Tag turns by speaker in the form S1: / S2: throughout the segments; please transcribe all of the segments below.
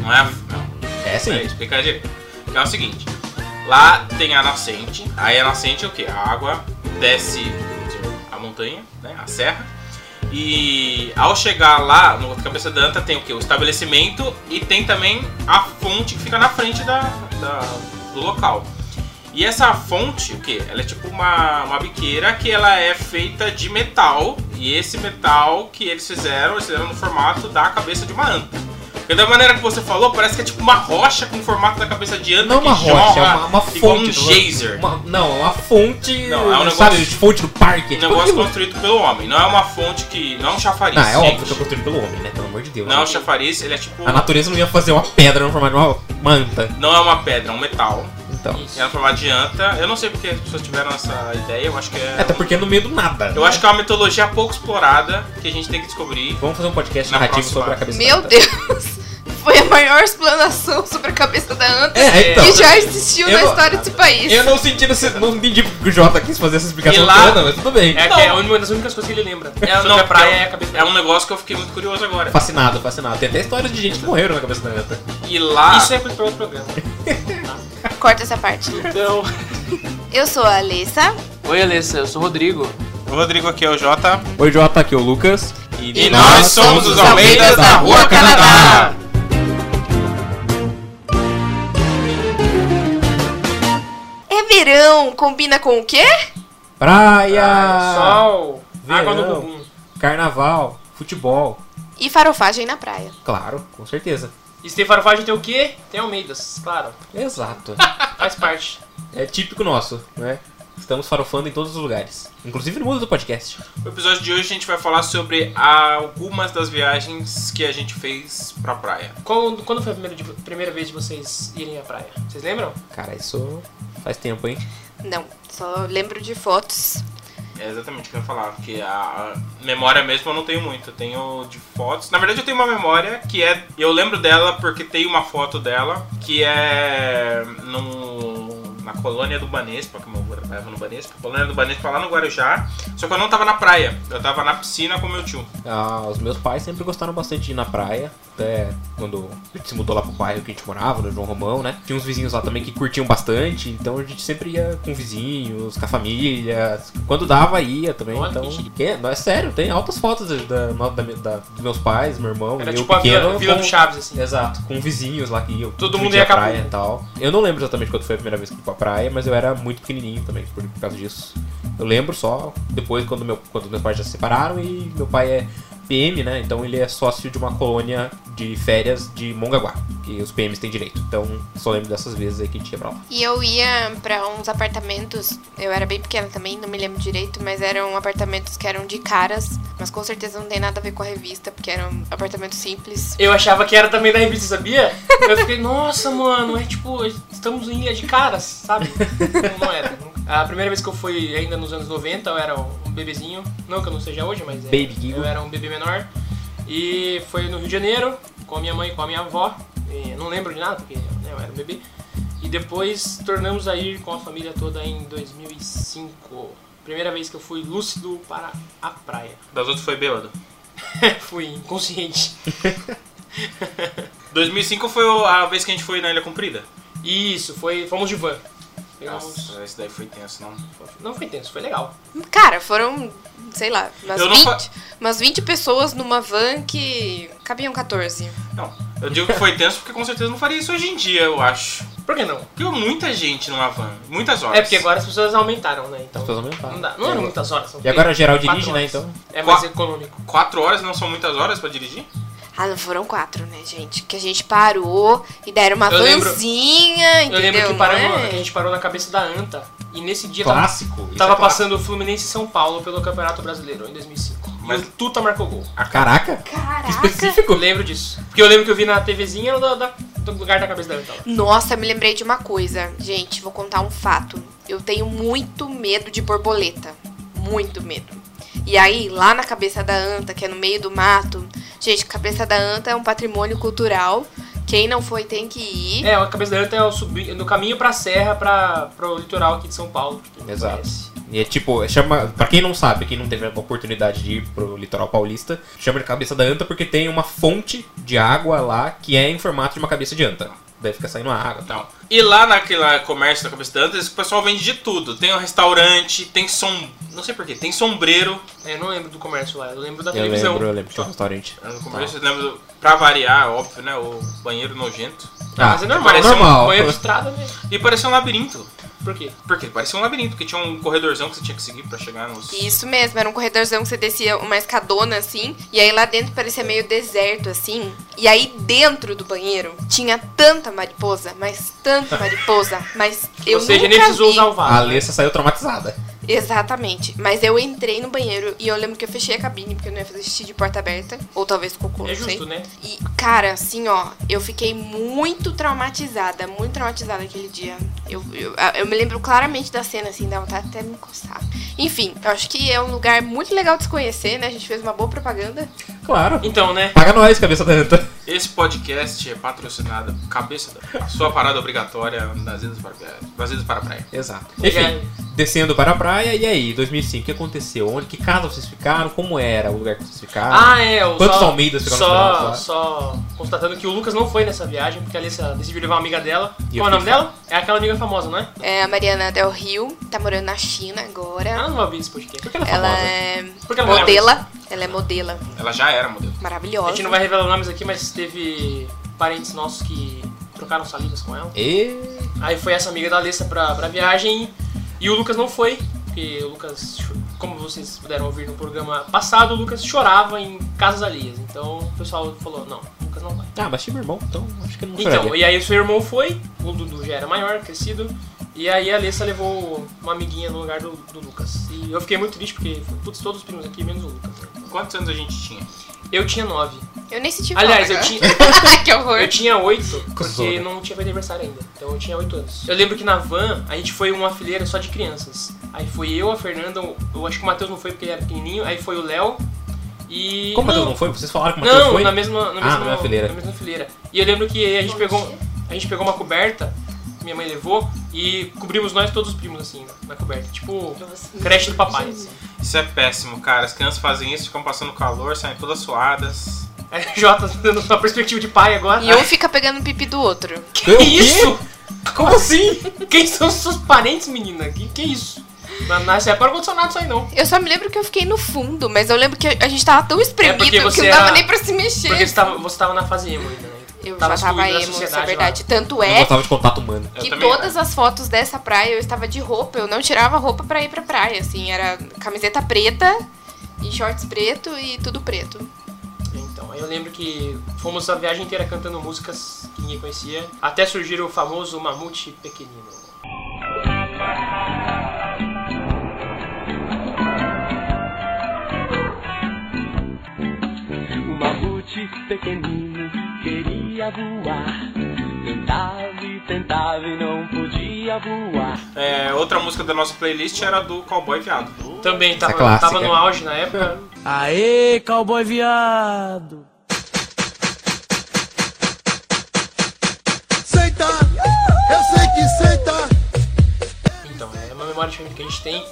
S1: Não é a. Não.
S2: É sim.
S1: Peraí, explica direito. Que é o seguinte: lá tem a nascente, aí a nascente é o quê? A água desce a montanha, né? A serra. E ao chegar lá no Cabeça Danta tem o quê? O estabelecimento e tem também a fonte que fica na frente da, da- do local. E essa fonte, o quê? Ela é tipo uma, uma biqueira que ela é feita de metal. E esse metal que eles fizeram, eles fizeram no formato da cabeça de uma anta. Porque da maneira que você falou, parece que é tipo uma rocha com o formato da cabeça de anta
S2: Não é
S1: que
S2: uma rocha, é
S1: jorra,
S2: uma, uma
S1: igual
S2: fonte.
S1: um geyser.
S2: Uma, não, é uma fonte.
S1: Não, é um
S2: Sabe,
S1: negócio-
S2: fonte do parque.
S1: Um
S2: tipo
S1: negócio
S2: aquilo.
S1: construído pelo homem, não é uma fonte que. Não é um chafariz.
S2: Não, é
S1: gente.
S2: óbvio que é construído pelo homem, né? Pelo amor de Deus.
S1: Não é um chafariz, ele é tipo.
S2: A natureza não ia fazer uma pedra no formato de uma manta.
S1: Não é uma pedra, é um metal.
S2: Então.
S1: É no formato de anta. Eu não sei porque as pessoas tiveram essa ideia, eu acho que é.
S2: Até porque é no meio do nada.
S1: Eu acho que é uma mitologia pouco explorada que a gente tem que descobrir.
S2: Vamos fazer um podcast
S1: Na
S2: narrativo
S1: próxima.
S2: sobre a cabeça da
S3: Meu
S2: anta.
S3: Deus! Foi a maior explanação sobre a cabeça da anta
S2: É, então.
S3: que já existiu
S2: eu
S3: na
S2: não-
S3: história desse país.
S2: Eu não senti nesse. Não entendi porque o Jota quis fazer essa explicação
S1: E lá-
S2: toda, mas tudo bem.
S1: É,
S4: É,
S1: Não.
S4: que é uma das únicas coisas que ele lembra. É
S1: Sobre
S4: não,
S1: a
S4: a praia é a cabeça
S1: É
S4: dela.
S1: um negócio que eu fiquei muito curioso agora.
S2: Fascinado, fascinado. Tem até histórias de gente que morreram na cabeça da anta.
S1: E lá.
S4: Isso é coisa pra outro programa.
S3: Corta essa parte.
S4: Então.
S3: Eu sou a Alessa.
S4: Oi, Alessa, eu sou o Rodrigo.
S1: O Rodrigo aqui é o Jota.
S2: Oi, Jota, aqui é o Lucas.
S1: E nós somos os Almeidas da Rua Canadá.
S3: É verão, combina com o quê?
S2: Praia!
S4: Sol, água no
S2: verão.
S4: bumbum.
S2: Carnaval, futebol.
S3: E farofagem na praia.
S2: Claro, com certeza.
S4: E se tem farofagem, tem o quê? Tem Almeidas, claro.
S2: Exato.
S4: Faz parte.
S2: é típico nosso, né? Estamos farofando em todos os lugares. Inclusive no mundo do podcast.
S1: No episódio de hoje a gente vai falar sobre algumas das viagens que a gente fez pra praia.
S4: Quando, quando foi a primeira, de- primeira vez de vocês irem à praia? Vocês lembram?
S2: Cara, isso faz tempo, hein?
S3: Não, só lembro de fotos.
S1: É exatamente o que eu ia falar, porque a memória mesmo eu não tenho muito. Eu tenho de fotos. Na verdade, eu tenho uma memória que é. Eu lembro dela porque tem uma foto dela que é. No, na colônia do Banespa, que meu avô trabalhava no Banespa. Colônia do Banespa lá no Guarujá. Só que eu não tava na praia, eu tava na piscina com meu tio.
S2: Ah, os meus pais sempre gostaram bastante de ir na praia. Até quando a gente se mudou lá pro bairro que a gente morava, no João Romão, né? Tinha uns vizinhos lá também que curtiam bastante. Então a gente sempre ia com vizinhos, com a família. Quando dava, ia também.
S4: Olha,
S2: então.
S4: que chique.
S2: É, não, é sério, tem altas fotos da, da- da- da- dos meus pais, meu irmão,
S4: Era
S2: eu
S4: tipo a
S2: pequeno.
S4: Vila, Vila
S2: com-
S4: do Chaves, assim.
S2: Exato, com vizinhos lá que eu
S4: Todo mundo ia
S2: pra
S4: acabar.
S2: praia e tal. Eu não lembro exatamente quando foi a primeira vez que eu fui pra praia, mas eu era muito pequenininho também por causa disso. Eu lembro só depois quando, meu, quando meus pais já se separaram e meu pai é PM, né? Então ele é sócio de uma colônia de férias de Mongaguá, que os PMs têm direito. Então só lembro dessas vezes aí que a gente ia pra lá.
S3: E eu ia pra uns apartamentos, eu era bem pequena também, não me lembro direito, mas eram apartamentos que eram de caras, mas com certeza não tem nada a ver com a revista, porque eram apartamentos simples.
S4: Eu achava que era também da revista, sabia? Eu fiquei, nossa, mano, é tipo, estamos em Ilha de Caras, sabe? Não era. A primeira vez que eu fui, ainda nos anos 90, eu era um bebezinho. Não que eu não seja hoje, mas é,
S2: Baby.
S4: eu era um bebê menor. E foi no Rio de Janeiro, com a minha mãe e com a minha avó. E eu não lembro de nada, porque né, eu era um bebê. E depois tornamos a ir com a família toda em 2005. Primeira vez que eu fui lúcido para a praia.
S1: Das outras foi bêbado.
S4: fui inconsciente.
S1: 2005 foi o- a vez que a gente foi na Ilha Comprida.
S4: Isso, foi, fomos de van. Pegamos-
S1: Nossa, esse daí foi tenso, não.
S4: Não foi intenso, foi legal.
S3: Cara, foram, sei lá, umas
S1: Eu não
S3: 20,
S1: fa-
S3: umas 20 pessoas numa van que cabiam 14.
S1: Não, eu digo que foi tenso porque com certeza eu não faria isso hoje em dia, eu acho.
S4: Por que não?
S1: Porque muita gente numa van, muitas horas.
S4: É porque agora as pessoas aumentaram, né? Então.
S2: As pessoas aumentaram.
S4: Não, dá, não eram muitas horas. são
S2: E agora geral
S4: quatro
S2: dirige, né?
S4: horas.
S2: Então.
S4: É mais econômico.
S1: Quatro horas não são muitas horas pra dirigir?
S3: Ah, não foram quatro, né, gente? Que a gente parou e daí era uma
S4: Eu lembro-
S3: vanzinha,
S4: Eu
S3: entendeu?
S4: lembro que,
S3: Não
S4: paramos, que a
S3: é?
S4: gente parou na cabeça da Anta. E nesse dia tava,
S2: Clássico. isso
S4: tava
S2: é clássico.
S4: passando o Fluminense e São Paulo pelo Campeonato Brasileiro em 2005.
S1: Mas-
S4: E o Tuta marcou gol.
S2: Caraca!
S3: Caraca!
S4: Eu lembro disso. Porque eu lembro que eu vi na TVzinha da- da- do lugar da cabeça da Anta. lá.
S3: Nossa, me lembrei de uma coisa. Gente, vou contar um fato. Eu tenho muito medo de borboleta. Muito medo. E aí, lá na Cabeça da Anta, que é no meio do mato, gente, Cabeça da Anta é um patrimônio cultural Quem não foi tem que ir.
S4: É, a Cabeça da Anta é o subir, no caminho pra serra, pra, pro litoral aqui de São Paulo. pra quem não
S2: Exato.
S4: conhece.
S2: E é tipo, chama. Pra quem não sabe, quem não teve a oportunidade de ir pro litoral paulista, chama de cabeça da anta porque tem uma fonte de água lá que é em formato de uma cabeça de anta. Deve ficar saindo a água.
S1: Então, e lá naquele comércio da Cabeça da Anta, o pessoal vende de tudo. Tem um restaurante, tem som... Não sei porquê, tem sombreiro.
S4: É, eu não lembro do comércio lá, eu lembro Então, da
S2: Eu
S4: televisão.
S2: lembro, eu lembro, tinha um restaurante.
S1: Era No É comércio, eu lembro, pra variar, óbvio, né? O banheiro nojento.
S2: Ah,
S4: Mas é normal,
S1: parecia um
S2: normal.
S4: banheiro de estrada, né?
S1: E parecia um labirinto.
S4: Por quê?
S1: Por quê? Parecia um labirinto, porque tinha um corredorzão que você tinha que seguir pra chegar nos...
S3: Isso mesmo, era um corredorzão que você descia uma escadona assim, e aí lá dentro parecia meio deserto assim. E aí dentro do banheiro tinha tanta mariposa, mas tanta mariposa, mas eu
S4: Ou seja,
S3: nunca
S4: nem precisou
S3: vi.
S4: usar o
S2: A
S4: vaso. né?
S2: Alessa saiu traumatizada.
S3: Exatamente, mas eu entrei no banheiro e eu lembro que eu fechei a cabine porque eu não ia fazer xixi de porta aberta, ou talvez cocô,
S4: É
S3: não sei.
S4: justo, né?
S3: E, cara, assim, ó, eu fiquei muito traumatizada, muito traumatizada aquele dia. Eu, eu, a- eu me lembro claramente da cena, assim, dá vontade até de me encostar. Enfim, eu acho que é um lugar muito legal de se conhecer, né? A gente fez uma boa propaganda.
S2: Claro.
S4: Então, né?
S2: Paga nós, cabeça da anta.
S1: Esse podcast é patrocinado Cabeça da Anta. Sua parada obrigatória nas idas para, nas idas para a praia.
S2: Exato.
S4: E
S2: Enfim,
S4: aí?
S2: descendo para a praia, e aí, 2005, o que aconteceu? Onde, que casa vocês ficaram? Como era o lugar que vocês ficaram?
S4: Ah, é, o
S2: Quantos
S4: só,
S2: Almeidas ficaram hospedados
S4: só,
S2: lá?
S4: só constatando que o Lucas não foi nessa viagem, porque a Alessa decidiu levar uma amiga dela.
S2: E
S4: Qual é
S2: eu
S4: o nome
S2: fui.
S4: dela? É aquela amiga famosa, não é?
S3: É, a Mariana Del Rio tá morando na China agora.
S4: Ela não vai ouvir esse podcast.
S2: Por que ela é
S3: Ela
S2: famosa?
S3: é
S4: Ah, tá Por que ela não é
S3: modela. Ela é modela.
S1: Ela já era modelo.
S4: A
S3: Maravilhosa.
S4: gente não vai revelar nomes aqui, mas teve parentes nossos que trocaram salivas com
S2: é
S4: ela.
S2: E...
S4: Aí foi essa amiga da Alessa pra, pra viagem e o Lucas não foi, porque o Lucas, cho- como vocês puderam ouvir no programa passado, o Lucas chorava em casas alheias. Então o pessoal falou, não, o Lucas não vai.
S2: Ah, mas tinha meu irmão, então acho que ele não
S4: Então,
S2: choraria.
S4: e aí o seu irmão foi, o Dudu já era maior, crescido, e aí a Alessa levou uma amiguinha no lugar do, do Lucas. E eu fiquei muito triste porque, putz, todos os primos aqui, menos o Lucas.
S1: Quantos anos a gente tinha?
S4: Eu tinha nove.
S3: Eu nem senti falta
S4: Aliás, eu
S3: agora.
S4: tinha,
S3: que horror.
S4: eu tinha oito, porque
S2: Cozona.
S4: não tinha feito aniversário ainda. Então eu tinha oito anos. Eu lembro que na van a gente foi uma fileira só de crianças. Aí foi eu, a Fernanda, o- eu acho que o Matheus não foi porque ele era pequenininho, aí foi o Léo e.
S2: Como Deus não foi? Vocês falaram que o Matheus
S4: Não,
S2: foi?
S4: na mesma, na,
S2: Ah,
S4: mesma,
S2: na mesma fileira.
S4: na mesma fileira. E eu lembro que a gente,
S3: Bom
S4: pegou,
S3: dia.
S4: a gente pegou uma coberta, minha mãe levou, e cobrimos nós todos os primos, assim, na coberta. Tipo, creche do papai. Assim.
S1: Isso é péssimo, cara. As crianças fazem isso, ficam passando calor, saem todas suadas.
S4: Aí o Jota É, dando uma perspectiva de pai agora.
S3: E um fica pegando o pipi do outro.
S2: Que
S4: Que isso?
S2: Como assim?
S4: Quem são seus parentes, menina? Que, que isso? Na, nessa época não aconteceu nada disso aí, não.
S3: Eu só me lembro que eu fiquei no fundo, mas eu lembro que a gente tava tão espremido
S4: É porque
S3: que
S4: você
S3: não dava
S4: era-
S3: nem pra se mexer.
S4: Porque você tava, você tava na fase emo ainda, né?
S3: Eu já tava
S4: excluído da
S3: emo, isso é
S4: sociedade
S3: verdade.
S4: lá.
S3: Tanto
S2: Eu não
S3: é
S2: gostava de contato humano.
S1: Eu
S3: que
S1: também,
S3: todas as fotos dessa praia eu estava de roupa, eu não tirava roupa pra ir pra praia, assim, era camiseta preta e shorts preto e tudo preto.
S4: Então, aí eu lembro que fomos a viagem inteira cantando músicas que ninguém conhecia, até surgir o famoso Mamute Pequenino.
S5: O mamute pequenino queria voar. Tentava e tentava e não podia voar.
S1: É, outra música da nossa playlist era do Cowboy Viado.
S4: Também
S2: é
S4: tava,
S2: clássica.
S4: tava no auge na época.
S5: Aê, cowboy viado!
S6: Senta, eu sei que senta.
S4: Então, é uma memória diferente que a gente tem.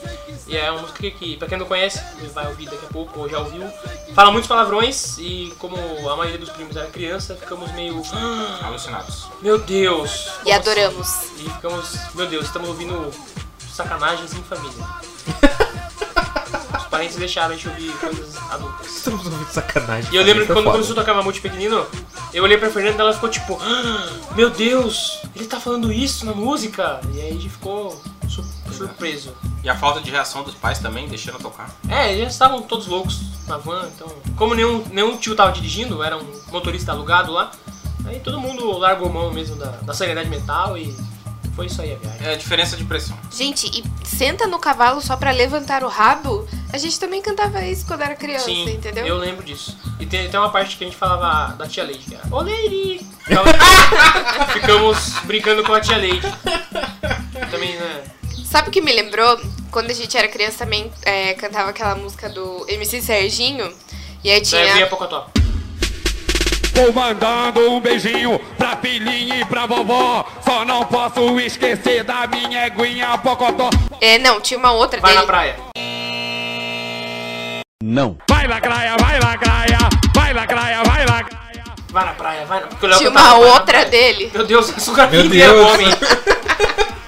S4: E é uma música que- que, pra quem não conhece, vai ouvir daqui a pouco ou já ouviu. Fala muitos palavrões e, como a maioria dos primos era criança, ficamos meio. "Ah,
S1: Alucinados.
S4: Meu Deus!
S3: E
S4: como
S3: adoramos.
S4: assim?" E ficamos. Meu Deus, estamos ouvindo sacanagens em família. Os parentes deixaram a gente ouvir coisas adultas.
S2: Estamos ouvindo sacanagem.
S4: E eu lembro que quando começou
S2: começou
S4: a tocar Mamute Pequenino, eu olhei pra Fernanda e ela ficou tipo, "Ah, meu Deus, ele tá falando isso na música? E aí a gente ficou sur- surpreso.
S1: E a falta de reação dos pais também, deixando tocar.
S4: É, eles estavam todos loucos na van, então. Como nenhum, nenhum tio tava dirigindo, era um motorista alugado lá, aí todo mundo largou mão mesmo da, da sanidade mental e foi isso aí a viagem.
S1: É a diferença de pressão.
S3: Gente, e senta no cavalo só pra levantar o rabo? A gente também cantava isso quando era criança,
S4: Sim,
S3: entendeu?
S4: eu lembro disso. E tem, tem uma parte que a gente falava da tia Lady, que era, Ô Lady! Ficava- Ficamos brincando com a tia Lady. Também, né?
S3: Sabe o que me lembrou? Quando a gente era criança também é, cantava aquela música do MC Serginho. E aí
S4: Daí
S3: tinha.
S4: vinha Pocotó.
S5: Vou mandando um beijinho pra
S7: filhinha e pra vovó. Só não posso esquecer da minha eguinha Pocotó.
S3: É, não, tinha uma outra
S4: Vai
S3: dele.
S4: na praia.
S6: Não.
S7: Vai lacraia, vai lacraia, vai lacraia, vai lacraia.
S4: Vai na praia, vai na Porque o Léo
S3: Tinha
S4: cantava,
S3: uma
S4: vai na
S3: outra
S4: praia.
S3: dele.
S4: Meu Deus, essa sua
S2: Meu
S4: vida é
S2: Deus.
S4: homem.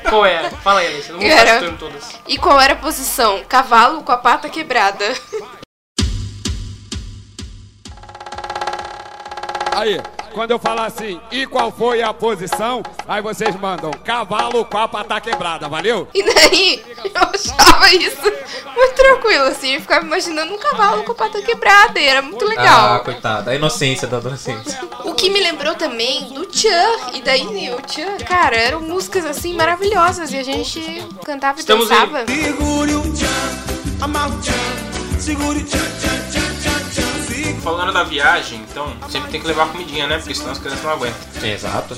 S4: Qual era? Fala aí, Alice. Eu Não vou
S3: Era-
S4: estar citando todas.
S3: E qual era a posição? Cavalo com a pata quebrada.
S7: Aí, quando eu falar assim, e qual foi a posição? Aí vocês mandam, cavalo com a pata quebrada, valeu?
S3: E daí, eu achava isso muito tranquilo, assim. Eu ficava imaginando um cavalo com a pata quebrada e era muito
S2: Ah,
S3: legal.
S2: coitada. A inocência da adolescência.
S3: O que me lembrou também do Tchan. E daí, o Tchan, cara, eram músicas, assim, maravilhosas. E a gente cantava e
S4: Estamos aí.
S3: dançava.
S6: Segure o tchan, amarra o tchan, segure o tchan, tchan, tchan, tchan, tchan, segure.
S1: Falando da viagem, então, sempre tem que levar comidinha, né? Porque senão as crianças não aguentam.
S2: Exato.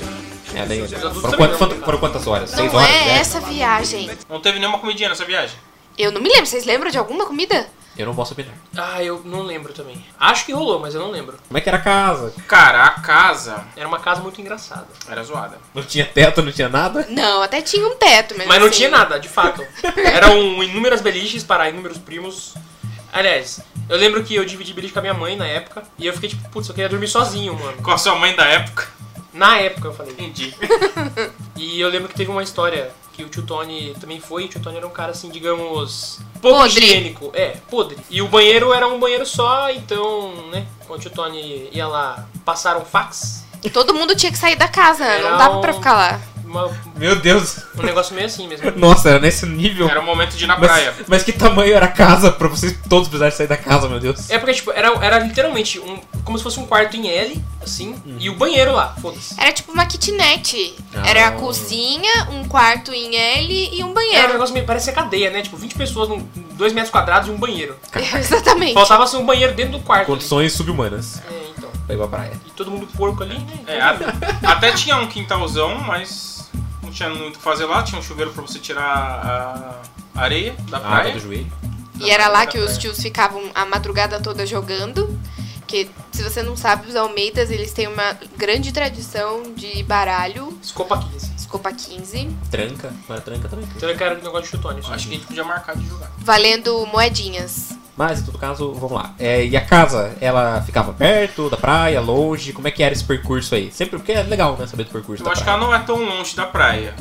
S2: É, daí- foram, quant- foram- foram quantas horas? Seis
S3: Não
S2: horas?
S3: é
S2: né?
S3: essa viagem.
S1: Não teve nenhuma comidinha nessa viagem.
S3: Eu não me lembro, vocês lembram de alguma comida?
S2: Eu não posso opinar.
S4: Ah, eu não lembro também. Acho que rolou, mas eu não lembro.
S2: Como é que era a casa?
S1: Cara, a casa
S4: Era uma casa muito engraçada.
S1: era zoada.
S2: Não tinha teto, não tinha nada?
S3: Não, até tinha um teto, mas.
S4: Mas não
S3: assim,
S4: tinha nada, de fato. Eram inúmeras beliches para inúmeros primos. Aliás, eu lembro que eu dividi beliche com a minha mãe na época. E eu fiquei tipo, putz, eu queria dormir sozinho, mano.
S1: Com a sua mãe da época.
S4: Na época eu falei.
S1: Entendi.
S4: E eu lembro que teve uma história que o tio Tony também foi. E o tio Tony era um cara assim, digamos. Pouco
S3: Podre.
S4: higiênico. É, podre. E o banheiro era um banheiro só, então, né? Quando o tio Tony ia lá, passaram fax.
S3: Todo mundo tinha que sair da casa, não
S4: Era
S3: dava
S4: um-
S3: pra ficar lá.
S4: uma-
S2: Meu Deus.
S4: um negócio meio assim mesmo.
S2: Nossa, era nesse nível.
S1: Era o momento de ir na praia.
S2: Mas, mas que tamanho era a casa pra vocês todos precisarem sair da casa, meu Deus?
S4: É porque, tipo, era, era literalmente um, como se fosse um quarto em L, assim, e o banheiro lá, foda-se.
S3: Era tipo uma kitnet.
S2: Ah.
S3: Era a cozinha, um quarto em L e um
S4: Era um
S3: banheiro.
S4: negócio meio, parece cadeia, né? Tipo, 20 pessoas, 2 metros quadrados e um banheiro.
S3: Exatamente.
S4: Faltava assim, um banheiro dentro do quarto. ali.
S2: Condições subhumanas
S4: É, então.
S2: pra ir pra praia.
S4: E todo mundo porco ali, né?
S1: É, a- até tinha um quintalzão, mas não tinha muito o que fazer lá. Tinha um chuveiro pra você tirar a areia da
S2: A água
S1: praia.
S2: Ah, do joelho.
S3: E era lá que os tios ficavam a madrugada toda jogando. Que se você não sabe, os Almeidas eles têm uma grande tradição de baralho,
S4: Escopa 15.
S3: Escopa 15,
S2: Tranca. Não era tranca também.
S4: Então eu quero um negócio de chutone. só.
S1: Acho que a gente podia marcar de jogar.
S3: valendo moedinhas.
S2: Mas, em todo caso, vamos lá. É, e a casa, ela ficava perto da praia, longe? Como é que era esse percurso aí? Sempre, porque é legal, né, saber do percurso
S1: Eu
S2: da
S1: acho que
S2: praia.
S1: ela não é tão longe da praia,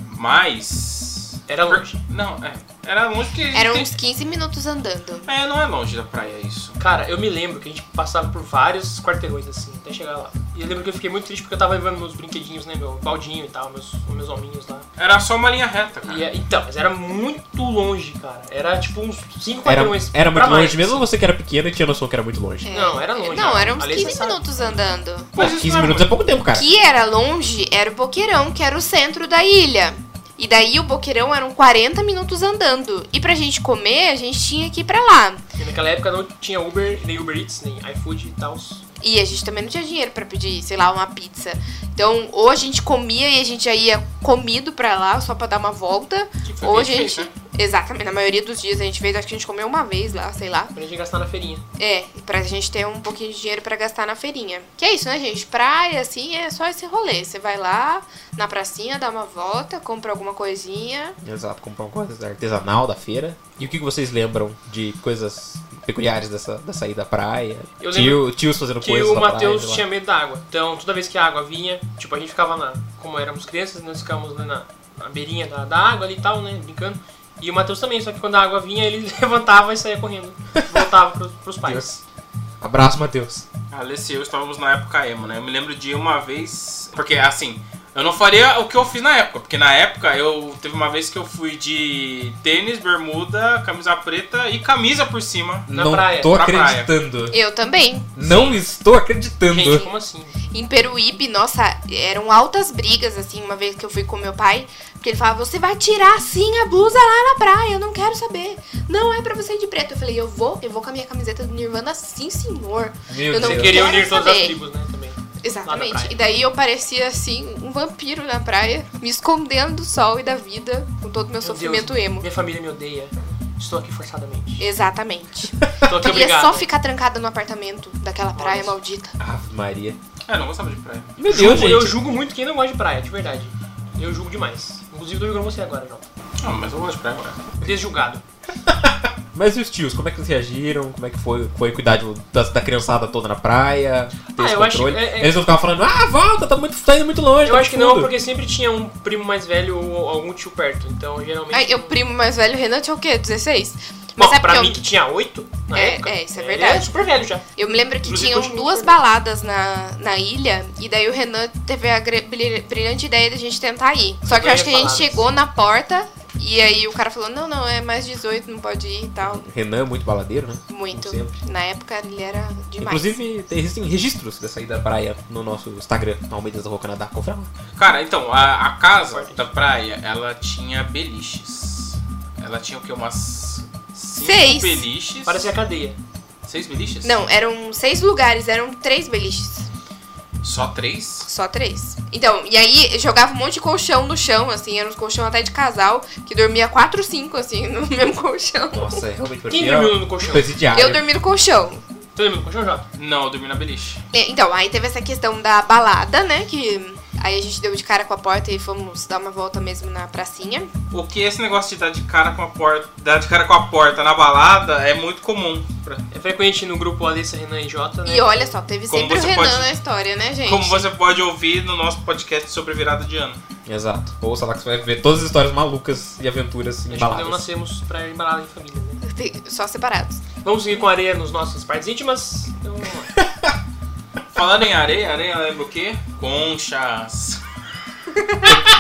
S1: mas.
S4: Era longe.
S1: Não, é. Era longe porque.
S3: Eram
S1: tem-
S3: uns 15 minutos andando.
S1: É, não é longe da praia isso.
S4: Cara, eu me lembro que a gente passava por vários quarteirões, assim, até chegar lá. E eu lembro que eu fiquei muito triste porque eu tava levando meus brinquedinhos, né? Meu baldinho e tal, meus, meus hominhos lá.
S1: Era só uma linha reta, cara.
S4: E é- então, mas era muito longe, cara. Era tipo uns 5
S2: Era,
S4: quarteirões.
S2: era
S4: pra
S2: muito
S4: mais.
S2: longe, mesmo você que era pequeno e tinha noção que era muito longe.
S3: É.
S4: Não, era longe. né?
S3: Não, eram uns
S4: Ali você
S3: 15
S4: sabe.
S3: minutos andando.
S2: Pô,
S1: Mas isso
S2: 15
S1: não é
S2: minutos é pouco tempo, cara.
S3: que era longe era o Boqueirão, que era o centro da ilha. E daí o Boqueirão eram 40 minutos andando. E pra gente comer, a gente tinha que ir pra lá.
S4: E naquela época não tinha Uber, nem Uber Eats, nem iFood e tal.
S3: E a gente também não tinha dinheiro pra pedir, sei lá, uma pizza. Então, ou a gente comia e a gente já ia comido pra lá só pra dar uma volta.
S1: Que foi o
S3: Ou
S1: que
S3: a gente.
S1: fez, né?
S3: Exatamente, na maioria dos dias a gente fez, acho que a gente comeu uma vez lá, sei lá.
S4: Pra gente gastar na feirinha.
S3: É, pra gente ter um pouquinho de dinheiro pra gastar na feirinha. Que é isso, né, gente? Praia, assim, é só esse rolê. Você vai lá na pracinha, dá uma volta, compra alguma coisinha,
S2: Exato, comprar uma coisa artesanal da feira. E o que que vocês lembram de coisas peculiares dessa, dessa ida à praia?
S4: Eu
S2: Tio, tios fazendo
S4: Que
S2: coisas
S4: o
S2: na praia,
S4: Matheus
S2: sei
S4: tinha
S2: lá.
S4: medo da água. Então, toda vez que a água vinha, tipo, a gente ficava na. Como éramos crianças, né, nós ficávamos lá na, na beirinha da, da água ali e tal, né? Brincando. E o Matheus também, só que quando a água vinha, ele levantava e saía correndo. Voltava pros, pros pais.
S2: Abraço, Matheus.
S1: A Alessia e eu estávamos na época emo, né? Eu me lembro de uma vez. Porque assim, eu não faria o que eu fiz na época. Porque na época eu teve uma vez que eu fui de tênis, bermuda, camisa preta e camisa por cima.
S4: Na
S2: não
S4: praia,
S2: tô
S1: na praia.
S2: acreditando.
S3: Eu também.
S2: Não estou acreditando.
S4: Gente, como assim?
S3: Em Peruíbe, nossa, eram altas brigas, assim, uma vez que eu fui com meu pai, porque ele falava, você vai tirar sim a blusa lá na praia, eu não quero saber. Não é pra você ir de preto. Eu falei, eu vou, eu vou com a minha camiseta do Nirvana, sim, senhor.
S2: Meu
S3: eu não
S2: Deus.
S4: Você queria
S3: quero
S4: unir todas
S3: saber.
S4: as tribos, né? Também. Lá na
S3: Exatamente.
S4: praia.
S3: E daí eu parecia assim, um vampiro na praia, me escondendo do sol e da vida, com todo o meu,
S4: Meu
S3: sofrimento
S4: Deus,
S3: emo.
S4: Minha família me odeia. Estou aqui forçadamente.
S3: Exatamente.
S4: Estou aqui
S3: Queria só
S4: obrigado.
S3: ficar trancada no apartamento daquela praia
S4: Nossa.
S3: maldita.
S2: Ave Maria.
S1: É, não gostava de praia.
S2: Meu
S4: Julgo-
S2: Deus, gente.
S4: eu julgo muito quem não gosta de praia, de verdade. Eu julgo demais. Inclusive, tô julgando você agora, João.
S1: Não, Ah, mas eu gosto de praia, cara.
S4: Desjulgado.
S2: Mas e os tios, como é que eles reagiram? Como é que foi, foi cuidar de- da, da criançada toda na praia? Ter
S4: Ah,
S2: esse
S4: eu acho
S2: controle?
S4: que- é- é-
S2: Eles não ficavam falando, ah, volta, tá, muito, tá indo muito longe.
S4: Eu
S2: tá
S4: acho que
S2: no
S4: não,
S2: fundo."
S4: porque sempre tinha um primo mais velho ou algum tio perto. Então, geralmente.
S3: Ai, o primo mais velho, Renan, tinha o quê? 16?
S4: Bom,
S3: Mas sabe
S4: pra
S3: que
S4: mim
S3: eu,
S4: que tinha oito na
S3: É,
S4: época.
S3: é, isso é
S4: ele
S3: verdade.
S4: era super velho já.
S3: eu me lembro que
S4: Inclusive,
S3: tinham
S4: continua
S3: duas
S4: perdendo.
S3: baladas na, na ilha, e daí o Renan teve a gre- brilha- brilhante ideia da gente tentar ir. Só que eu
S4: Ganha
S3: acho que a gente
S4: baladas.
S3: chegou na porta, e aí o cara falou, não, não, é mais 18, não pode ir e tal.
S2: Renan é muito baladeiro, né?
S3: Muito.
S2: Como sempre.
S3: Na época ele era demais.
S2: Inclusive, tem- existem registros dessa ida à praia no nosso Instagram, Almeidas da Rua Canadá. Confere lá.
S1: Cara, então, a, a casa da praia, ela tinha beliches. Ela tinha o quê? Umas cinco
S3: Seis.
S1: beliches.
S4: Parecia cadeia.
S1: Seis beliches?
S3: Não, eram seis lugares, eram três beliches.
S1: Só três?
S3: Só três. Então, e aí jogava um monte de colchão no chão, assim, era uns colchão até de casal, que dormia quatro, cinco, assim, no mesmo colchão.
S2: Nossa, é realmente
S4: Quem
S2: parecia
S4: dormiu no colchão?
S1: Ah,
S2: presidiário.
S3: Eu dormi no colchão.
S4: Tu dormiu no colchão, Então, Jota?
S1: Não, eu dormi na beliche.
S3: É, Então, aí teve essa questão da balada, né? Que aí a gente deu de cara com a porta e fomos dar uma volta mesmo na pracinha.
S1: O que esse negócio de dar de cara com a porta, dar de cara com a porta na balada é muito comum. pra-
S4: É frequente no grupo Alessa, Renan e Jota, né?
S3: E olha só, teve
S1: Como
S3: sempre o
S1: você
S3: Renan
S1: pode-
S3: na história, né, gente?
S1: Como você pode ouvir no nosso podcast sobre virada de ano.
S2: Exato. Ouça lá que você vai ver todas as histórias malucas e aventuras
S4: Acho que não
S2: embaladas.
S4: nascemos pra ir balada em família, né?
S3: Só separados.
S4: Vamos seguir com a areia nas nossas partes íntimas. Então, vamos lá.
S1: Falando em areia, areia lembra o quê? Conchas.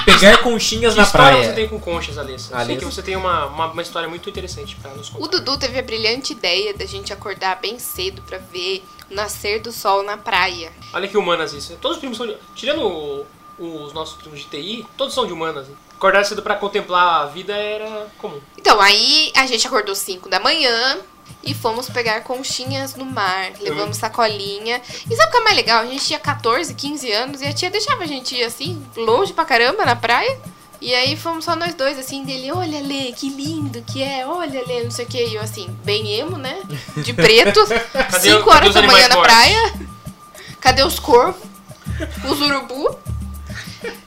S2: Pegar conchinhas
S4: que
S2: na
S4: história você
S2: praia. é?
S4: tem com conchas, Alessa? Eu sei
S2: Alessa.
S4: que você tem uma, uma, uma história muito interessante pra nos
S3: O
S4: contar.
S3: Dudu teve a brilhante ideia da gente acordar bem cedo pra ver o nascer do sol na praia.
S4: Olha que humanas isso. Todos os primos são de... Tirando o- os nossos primos de TI, todos são de humanas. Acordar cedo pra contemplar a vida era comum.
S3: Então, aí a gente acordou 5 da manhã e fomos pegar conchinhas no mar. Levamos sacolinha. E sabe o que é mais legal? A gente tinha 14, 15 anos e a tia deixava a gente ir assim, longe pra caramba, na praia. E aí fomos só nós dois, assim, dele, olha, Lê, que lindo que é, olha, Lê, não sei o que. E eu, assim, bem emo, né? De preto, 5
S4: cadê
S3: horas
S4: os
S3: da manhã
S4: animais
S3: na
S4: mortos?
S3: praia. Cadê os corvos? Os urubu?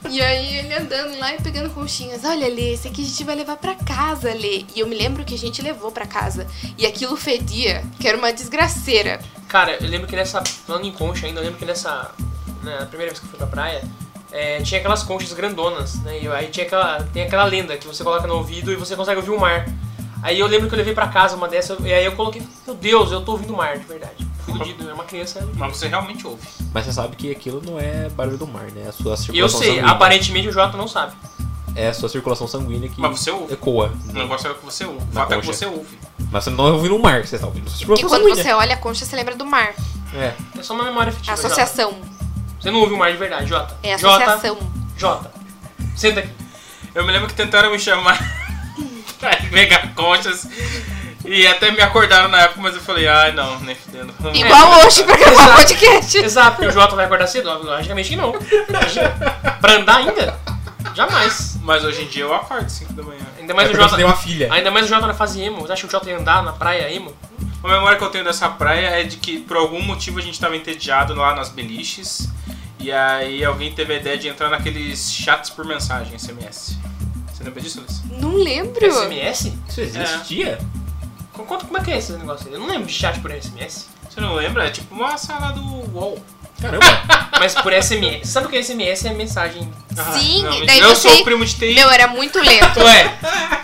S3: E aí ele andando lá e pegando conchinhas. Olha, Lê, esse aqui a gente vai levar pra casa, Lê. E eu me lembro que a gente levou pra casa. E aquilo fedia, que era uma desgraceira.
S4: Cara, eu lembro que nessa. Falando em concha ainda, eu lembro que nessa. Na primeira vez que eu fui pra praia, é, tinha aquelas conchas grandonas, né? E aí tinha aquela, tem aquela lenda que você coloca no ouvido e você consegue ouvir o mar. Aí eu lembro que eu levei pra casa uma dessa, e aí eu coloquei, meu Deus, eu tô ouvindo o mar, de verdade. Fudido, eu era uma criança. é
S1: Mas você realmente ouve.
S2: Mas você sabe que aquilo não é barulho do mar, né? É a sua
S4: E eu
S2: circulação
S4: sei,
S2: sanguínea.
S4: aparentemente o Jota não sabe.
S2: É a sua circulação sanguínea que
S1: Mas você ouve.
S2: ecoa.
S1: O negócio é o que você ouve. O fato é que
S2: concha.
S1: você ouve.
S2: Mas você não tá ouvindo o mar, você tá ouvindo a sua
S3: Porque
S2: circulação
S3: quando
S2: sanguínea.
S3: você olha a concha, você lembra do mar.
S2: É.
S4: É só uma memória fictiva. Jota.
S3: associação.
S4: Você não ouve o mar de verdade, Jota.
S3: É
S4: Jota,
S3: associação.
S4: Jota. Senta aqui.
S1: Eu me lembro que tentaram me chamar pra ir pegar conchas. E até me acordaram na época, mas eu falei, ai não, nem fudendo. Não vou
S3: Igual
S1: acordar.
S3: hoje pra gravar o podcast.
S4: É. Exato, porque o Jota vai acordar cedo? Logicamente que não. Imagina. Pra andar ainda? Jamais.
S1: É, Mas hoje em dia eu acordo 5 da manhã.
S4: Ainda mais
S2: é
S4: o
S2: porque você
S4: Jota.
S2: tem uma filha.
S4: Ainda mais o Jota na fase emo. Você acha que o Jota ia andar na praia emo?
S1: A memória que eu tenho dessa praia é de que por algum motivo a gente tava entediado lá nas beliches. E aí alguém teve a ideia de entrar naqueles chats por mensagem, SMS. Você lembra disso, Luiz?
S3: Não lembro.
S4: SMS?
S2: Isso existia?
S4: Co- Conta como é que é esse negócio aí. Eu não lembro de chat por SMS.
S1: Você não lembra? É tipo uma sala do UOL.
S2: Caramba.
S4: Mas por SMS. Sabe o que é SMS? É mensagem.
S3: Sim,
S1: Ah, não,
S3: e daí
S1: eu
S3: você-
S1: sou o primo de TI.
S3: Meu, era muito lento.
S4: Ué,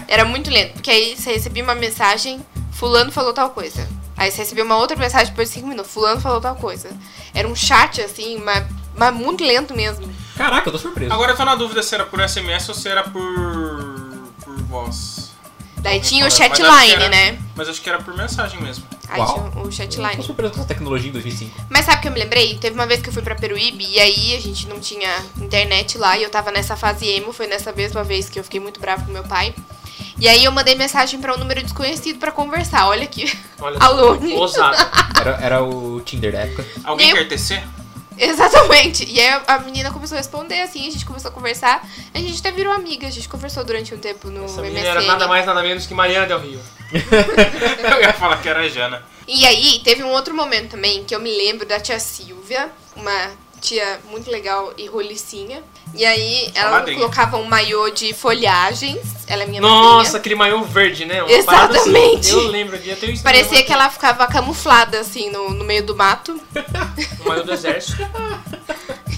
S3: Era muito lento. Porque aí você recebia uma mensagem, fulano falou tal coisa. Aí você recebia uma outra mensagem depois de cinco minutos, fulano falou tal coisa. Era um chat, assim, mas, mas muito lento mesmo.
S2: Caraca, eu tô surpreso.
S1: Agora eu tô na dúvida se era por SMS ou se era por. por voz.
S3: Daí tinha o
S1: Mas acho que
S3: chatline,
S1: era-
S3: né?
S1: Mas acho que era por mensagem mesmo.
S3: Aí
S2: Uau.
S3: tinha o
S2: Eu tô
S3: chatline.
S2: surpreso com essa tecnologia em 2005.
S3: Mas sabe o que eu me lembrei? Teve uma vez que eu fui pra Peruíbe e aí a gente não tinha internet lá e eu tava nessa fase emo. Foi nessa mesma vez que eu fiquei muito brava com meu pai. E aí eu mandei mensagem pra um número desconhecido pra conversar. Olha aqui.
S4: olha só.
S3: Alone.
S4: Ousado.
S2: Era, era o Tinder da época.
S1: Alguém
S3: Eu-
S1: quer tecer?
S3: Exatamente. E aí a menina começou a responder assim, a gente começou a conversar. A gente até virou amiga, a gente conversou durante um tempo no
S4: Essa menina era nada
S3: MSN.
S4: mais, nada menos que Mariana Del Rio.
S1: Eu ia falar que era a Jana.
S3: E aí teve um outro momento também que eu me lembro da tia Silvia, uma tia muito legal e rolicinha. E aí ela
S1: madrinha.
S3: colocava um maiô de folhagens. Ela é minha
S4: Nossa,
S3: madrinha.
S4: aquele maiô verde, né? Uma parada assim.
S3: Exatamente.
S4: Eu lembro que eu tenho isso
S3: Parecia
S4: também,
S3: que ela ficava camuflada, assim, no, no meio do mato.
S4: O maiô do exército.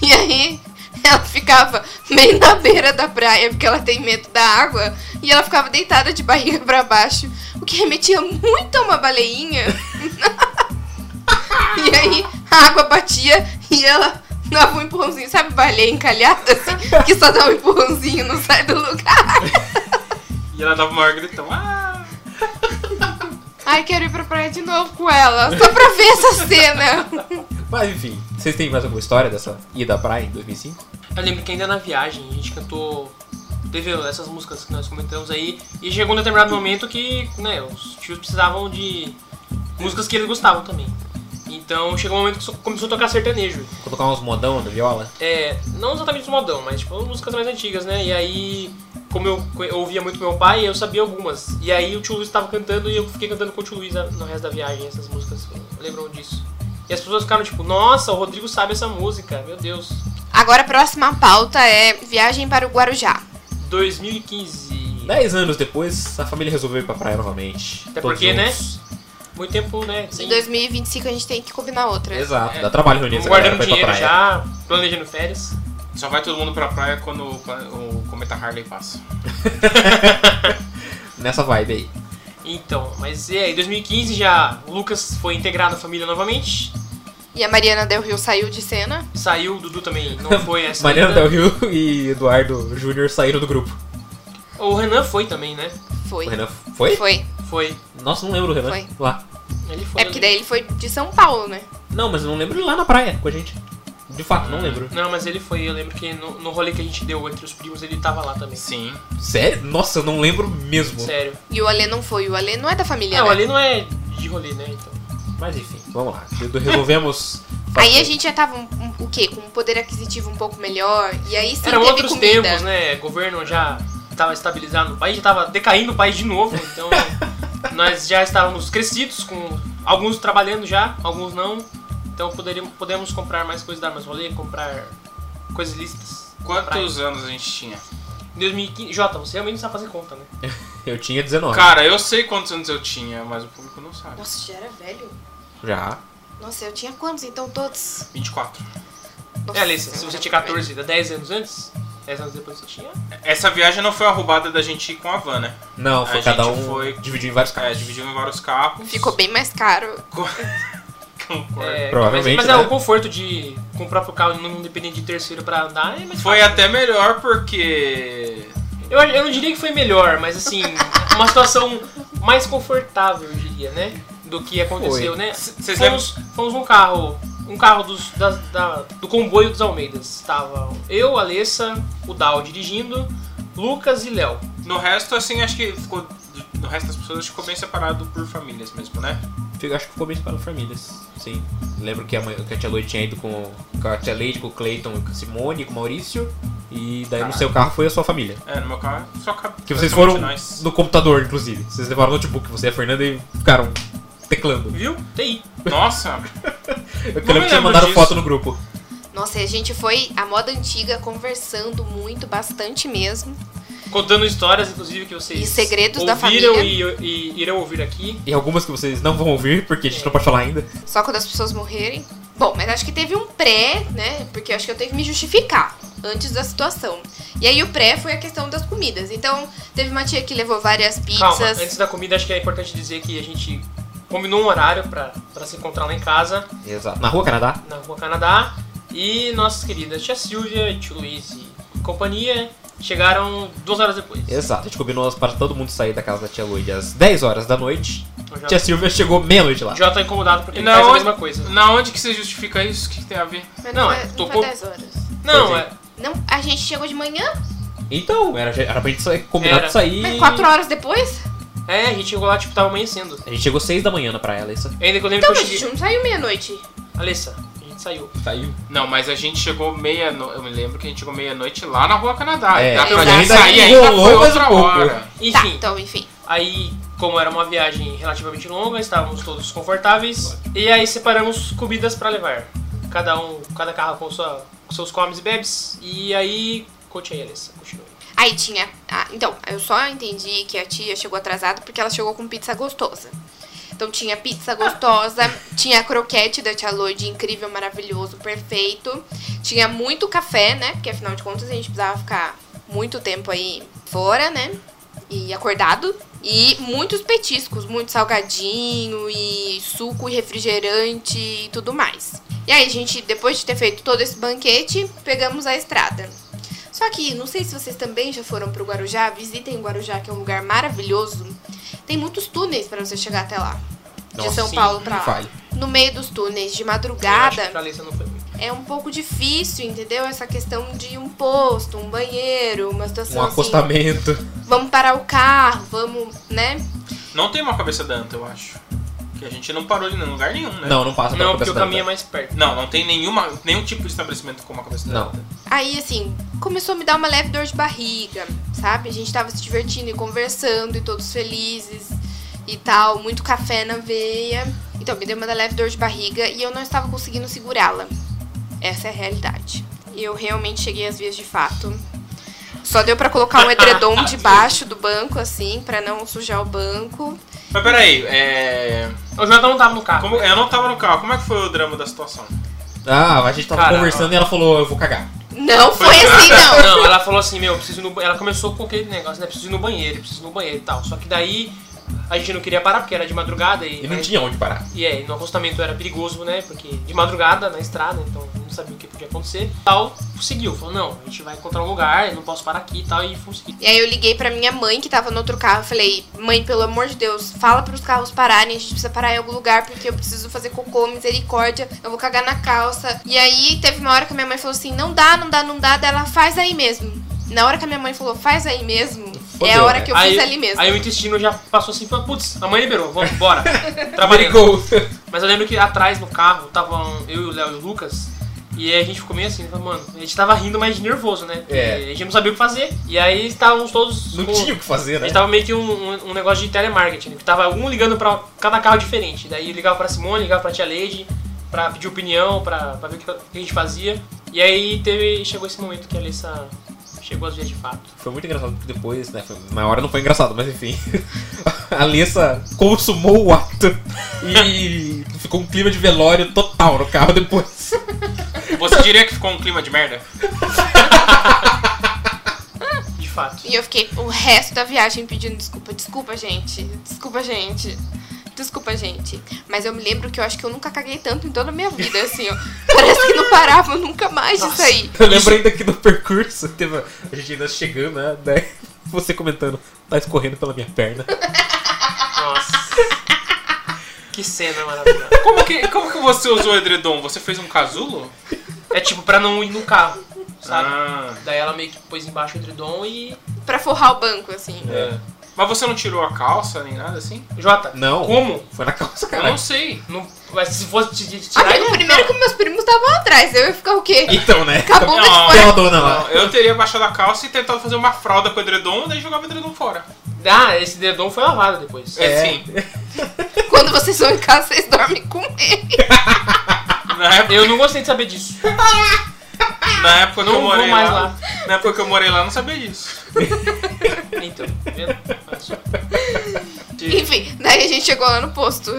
S3: E aí ela ficava meio na beira da praia, porque ela tem medo da água. E ela ficava deitada de barriga pra baixo, o que remetia muito a uma baleinha. e aí a água batia e ela dava um empurrãozinho. Sabe baleia encalhada, assim, que só dá um empurrãozinho e não sai do lugar?
S1: E ela dava o maior gritão. Ah!
S3: Ai, quero ir pra praia de novo com ela, só pra ver essa cena.
S2: Mas enfim, vocês têm mais alguma história dessa ida à praia em 2005?
S4: Eu lembro que ainda na viagem a gente cantou. Teve essas músicas que nós comentamos aí. E chegou um determinado momento que né, os tios precisavam de músicas que eles gostavam também. Então chegou um momento que só- começou a tocar sertanejo.
S2: Colocar uns modão na viola?
S4: É, não exatamente os modão, mas tipo músicas mais antigas, né? E aí, como eu, co- eu ouvia muito meu pai, eu sabia algumas. E aí o tio Luiz tava cantando e eu fiquei cantando com o tio Luiz a- no resto da viagem essas músicas. Lembram disso? E as pessoas ficaram tipo, nossa, o Rodrigo sabe essa música, meu Deus.
S3: Agora a próxima pauta é viagem para o Guarujá.
S4: 2015.
S2: Dez anos depois, a família resolveu ir pra praia novamente.
S4: Até
S2: Todos
S4: porque, né?
S2: juntos.
S4: Muito tempo, né?
S3: Em
S4: Sem...
S3: 2025 a gente tem que combinar outra.
S2: Exato, dá trabalho reunir
S4: Vamos
S2: essa galera pra
S4: guardando
S2: ir pra
S4: dinheiro
S2: praia.
S4: já, planejando férias.
S1: Só vai todo mundo pra praia quando o plan- o cometa Harley passa.
S2: Nessa vibe aí.
S4: Então, mas é, em 2015 já o Lucas foi integrado à família novamente.
S3: E a Mariana Del Rio saiu de cena.
S4: Saiu, o Dudu também não foi essa.
S2: Mariana Del
S4: ainda.
S2: Rio e Eduardo Júnior saíram do grupo.
S4: O Renan foi também, né?
S3: Foi.
S2: O Renan foi?
S3: Foi.
S4: Foi.
S2: Nossa, não lembro o Renan.
S3: Foi.
S2: Lá.
S4: Ele foi.
S3: É porque daí ele foi de São Paulo, né?
S2: Não, mas eu não lembro ele lá na praia com a gente. De fato, não lembro.
S4: Não, mas ele foi. Eu lembro que no, no rolê que a gente deu entre os primos, ele tava lá também.
S1: Sim.
S2: Sério? Nossa, eu não lembro mesmo.
S4: Sério.
S3: E o Alê não foi. O Alê não é da família.
S4: Não,
S3: né?
S4: ali não é de rolê, né? Então.
S2: Mas enfim, vamos lá. Dudu, Resolvemos.
S3: Aí a gente já tava um, um- o quê? Com um poder aquisitivo um pouco melhor. E aí sim
S4: Eram
S3: teve
S4: outros
S3: comida.
S4: tempos, né? Governo já tava estabilizado no país, já tava decaindo o país de novo, então nós já estávamos crescidos, com alguns trabalhando já, alguns não. Então poderíamos, podemos comprar mais coisas, dar mais rolê, comprar coisas lícitas.
S1: Quantos anos a gente tinha?
S4: Em 2015. Jota, você realmente não sabe fazer conta, né?
S2: Eu tinha 19.
S1: Cara, eu sei quantos anos eu tinha, mas o público não sabe.
S3: Nossa, já era velho.
S2: Já.
S3: Nossa, eu tinha quantos então todos?
S1: 24.
S3: Nossa,
S4: É, Alice, se
S3: eu
S4: você
S3: era
S4: tinha
S3: velho.
S4: 14, dá 10 anos antes, 10 anos depois você tinha.
S1: Essa viagem não foi a roubada da gente ir com a van, né?
S2: Não, foi
S1: A
S2: cada
S1: gente
S2: um.
S1: foi-
S2: Dividiu em vários
S1: É,
S2: carros.
S1: dividiu em vários carros.
S3: Ficou bem mais caro.
S1: Concordo.
S4: É,
S2: Provavelmente,
S4: Mas, mas é
S2: né?
S4: o conforto de com o próprio carro não depender de terceiro pra andar, é mais
S1: Foi
S4: fácil.
S1: até melhor porque.
S4: Eu, eu não diria que foi melhor, mas assim, uma situação mais confortável, eu diria, né? Do que aconteceu,
S2: Foi.
S4: né?
S1: C- vocês
S4: fomos, fomos num carro, um carro dos, da- da- do comboio dos Almeidas. Estava eu, Alessa, o Dal dirigindo, Lucas e Léo.
S1: No resto, assim, acho que ficou. No resto das pessoas ficou bem separado por famílias mesmo, né?
S2: Eu acho que ficou bem para famílias. Sim. Lembro que a, mãe, que a tia Lloyd tinha ido com, com a tia Leite, com o Clayton, com a Simone, com o Maurício. E daí
S1: Caralho.
S2: no seu carro foi a sua família.
S1: É, no meu carro só cabe.
S2: Que vocês foram
S1: Nós.
S2: no computador, inclusive. Vocês levaram o notebook, você e a Fernanda, e ficaram teclando.
S1: Viu? TI. Nossa!
S2: Eu lembro
S1: me
S2: que vocês
S1: lembro
S2: mandaram
S1: disso.
S2: foto no grupo.
S3: Nossa, e a gente foi a moda antiga conversando muito, bastante mesmo.
S4: Contando histórias, inclusive, que vocês
S3: E segredos da
S4: ouviram
S3: família.
S4: E, e irão ouvir aqui.
S2: E algumas que vocês não vão ouvir, porque a gente não pode falar ainda.
S3: Só quando as pessoas morrerem. Bom, mas acho que teve um pré, né? Porque acho que eu tenho que me justificar antes da situação. E aí o pré foi a questão das comidas. Então, teve uma tia que levou várias pizzas.
S4: Calma, antes da comida, acho que é importante dizer que a gente combinou um horário pra pra se encontrar lá em casa.
S2: Exato. Na rua Canadá?
S4: na Rua Canadá. E nossas queridas tia Silvia, tio Luiz e companhia chegaram duas horas depois.
S2: Exato. A gente combinou para todo mundo sair da casa da tia Lloyd às 10 horas da noite.
S4: O Jota-
S2: Tia Silvia chegou meia-noite lá.
S4: Jota tá incomodado
S1: E
S4: porque ele
S1: na
S4: faz a
S1: onde-
S4: mesma coisa.
S1: Na onde que você justifica isso? O que, que tem a ver?
S3: Mas
S4: não,
S3: foi-
S4: é,
S3: não
S4: tocou-
S3: foi 10 horas.
S4: Não,
S2: Pois
S4: é.
S3: Não, a gente chegou de manhã,
S2: Então, era, era pra gente sair, combinar
S4: Era.
S2: de sair.
S3: mas 4 horas depois?
S4: É, a gente chegou lá, tipo, tava amanhecendo.
S2: A gente chegou 6 da manhã na praia, Alessa.
S4: Ainda que eu lembro
S3: Então, mas
S4: que eu
S3: a gente
S4: cheguei.
S3: não saiu meia-noite.
S4: Alessa, a gente saiu.
S2: Saiu.
S1: Não, mas a gente chegou meia-noite. Eu me lembro que a gente chegou meia-noite lá na Rua Canadá.
S2: É,
S1: Dá pra
S3: exato.
S1: gente sair ainda
S2: Rolou
S1: foi
S2: mais um
S1: outra
S2: pouco.
S1: hora.
S4: Enfim,
S3: Tá, então, enfim.
S4: aí, como era uma viagem relativamente longa, estávamos todos confortáveis. E aí separamos comidas pra levar. cada um, cada carro com, sua, com seus comes e bebes. E aí, conte aí, Alessa, continue.
S3: Aí tinha. ah, então, eu só entendi que a tia chegou atrasada porque ela chegou com pizza gostosa. Então tinha pizza gostosa, tinha croquete da tia Loide, incrível, maravilhoso, perfeito. Tinha muito café, né? Porque afinal de contas a gente precisava ficar muito tempo aí fora, né? E acordado. E muitos petiscos, muito salgadinho e suco e refrigerante e tudo mais. E aí a gente, depois de ter feito todo esse banquete, pegamos a estrada. Só que, não sei se vocês também já foram pro Guarujá, visitem o Guarujá, que é um lugar maravilhoso. Tem muitos túneis pra você chegar até lá. de
S2: Nossa,
S3: São
S2: sim,
S3: Paulo pra
S2: não
S3: lá.
S2: fale.
S3: No meio dos túneis, de
S4: Eu acho que pra
S3: madrugada,
S4: Alessa não foi muito.
S3: é um pouco difícil, entendeu? Essa questão de um posto, um banheiro, uma
S2: Um
S3: situação assim.
S2: acostamento.
S3: Vamos parar o carro, vamos, né?
S1: Não tem uma cabeça danta, eu acho. Que a gente não parou em lugar nenhum, né?
S2: Não, não passa pela
S4: Não,
S2: cabeça
S4: porque o
S2: da-
S4: caminho é mais perto.
S1: Não, não tem nenhuma, nenhum tipo de estabelecimento com uma cabeça
S2: Não.
S1: danta.
S3: Aí, assim, começou a me dar uma leve dor de barriga, sabe? A gente tava se divertindo e conversando e todos felizes e tal, muito café na veia. Então, me deu uma leve dor de barriga e eu não estava conseguindo segurá-la. Essa é a realidade. Eu realmente cheguei às vias de fato. Só deu pra colocar um edredom debaixo do banco, assim, pra não sujar o banco.
S1: Mas peraí, é...
S4: O Jonathan não tava no carro.
S1: como- eu não tava no carro, como é que foi o drama da situação?
S2: Ah, a gente tava
S4: Cara,
S2: conversando e ela falou, eu vou cagar.
S3: Não foi assim, não!
S4: Não, ela falou assim, meu, eu preciso ir no ba- Ela começou com aquele negócio, né? Preciso ir no banheiro, preciso ir no banheiro e tal. Só que daí a gente não queria parar porque era de madrugada e.
S2: E não tinha onde parar.
S4: E é, no acostamento era perigoso, né? Porque de madrugada na estrada, então não sabia o que podia acontecer. Tal, seguiu, falou, não, a gente vai encontrar um lugar, eu não posso parar aqui e tal, e fomos seguir.
S3: E aí eu liguei pra minha mãe, que tava no outro carro. Eu Falei, mãe, pelo amor de Deus, fala pros carros pararem. A gente precisa parar em algum lugar, porque eu preciso fazer cocô, misericórdia. Eu vou cagar na calça. E aí teve uma hora que a minha mãe falou assim, não dá, não dá, não dá. Daí ela, faz aí mesmo. Na hora que a minha mãe falou, faz aí mesmo, é a
S2: Fodeu,
S3: hora
S2: né?
S3: que eu
S4: aí,
S3: fiz ali mesmo.
S4: Aí o intestino já passou assim, falou, putz, a mãe liberou, vamos, bora. Trabalhei.
S2: Maricou.
S4: Mas eu lembro que atrás no carro estavam eu e o Léo e o Lucas. E aí a gente ficou meio assim, né? Falou, mano, a gente tava rindo, mas nervoso, né? Porque
S2: É.
S4: A gente não sabia o que fazer. E aí estávamos todos.
S2: Não
S4: com-
S2: tinha o que fazer,
S4: A
S2: né?
S4: gente tava meio que um, um- um negócio de telemarketing, né? que tava um ligando pra cada carro diferente. Daí ligava pra Simone, ligava pra tia Lady, pra pedir opinião, pra, pra ver o que, o que a gente fazia. E aí teve, chegou esse momento que a Alessa chegou às vias de fato.
S2: Foi muito engraçado, porque depois, né? foi- na hora não foi engraçado, mas enfim. A Alessa consumou o ato e ficou um clima de velório total no carro depois.
S1: Você diria que ficou um clima de merda?
S4: De fato.
S3: E eu fiquei o resto da viagem pedindo desculpa. Desculpa, gente. Desculpa, gente. Desculpa, gente. Mas eu me lembro que eu acho que eu nunca caguei tanto em toda a minha vida, assim, ó. Parece que não parava nunca mais disso aí.
S2: Eu lembro ainda que no percurso, teve a a gente ainda chegando, né? Daí você comentando, tá escorrendo pela minha perna.
S4: Nossa. que cena maravilhosa.
S1: Como que, como que você usou o edredom? Você fez um casulo?
S4: É tipo pra não ir no carro, sabe?
S1: Ah,
S4: Daí ela meio que pôs embaixo o edredom e.
S3: Pra forrar o banco, assim.
S1: é. Mas você não tirou a calça nem nada assim?
S4: Jota,
S2: Não.
S4: como?
S2: Foi na calça,
S1: Eu
S2: cara.
S1: não sei.
S4: Não, mas se fosse te- te tirar.
S3: Amigo, primeiro que meus primos estavam atrás, eu ia ficar o quê?
S2: Então, né?
S3: Com a bunda de
S1: Não,
S3: fora.
S2: Aquela dona lá.
S1: Não, eu teria baixado a calça e tentado fazer uma fralda com o edredom, daí jogava o edredom fora.
S4: Ah, esse dedão foi lavado depois.
S1: É, sim.
S3: Quando vocês vão em casa, vocês dormem com ele.
S1: Na época,
S4: Eu não gostei de saber disso.
S1: na época que
S4: Não
S1: eu
S4: vou
S1: morei
S4: mais
S1: lá,
S4: lá.
S1: Na época que eu morei lá, eu não sabia disso.
S4: Então, tá vendo? Olha só.
S3: Enfim, daí a gente chegou lá no posto.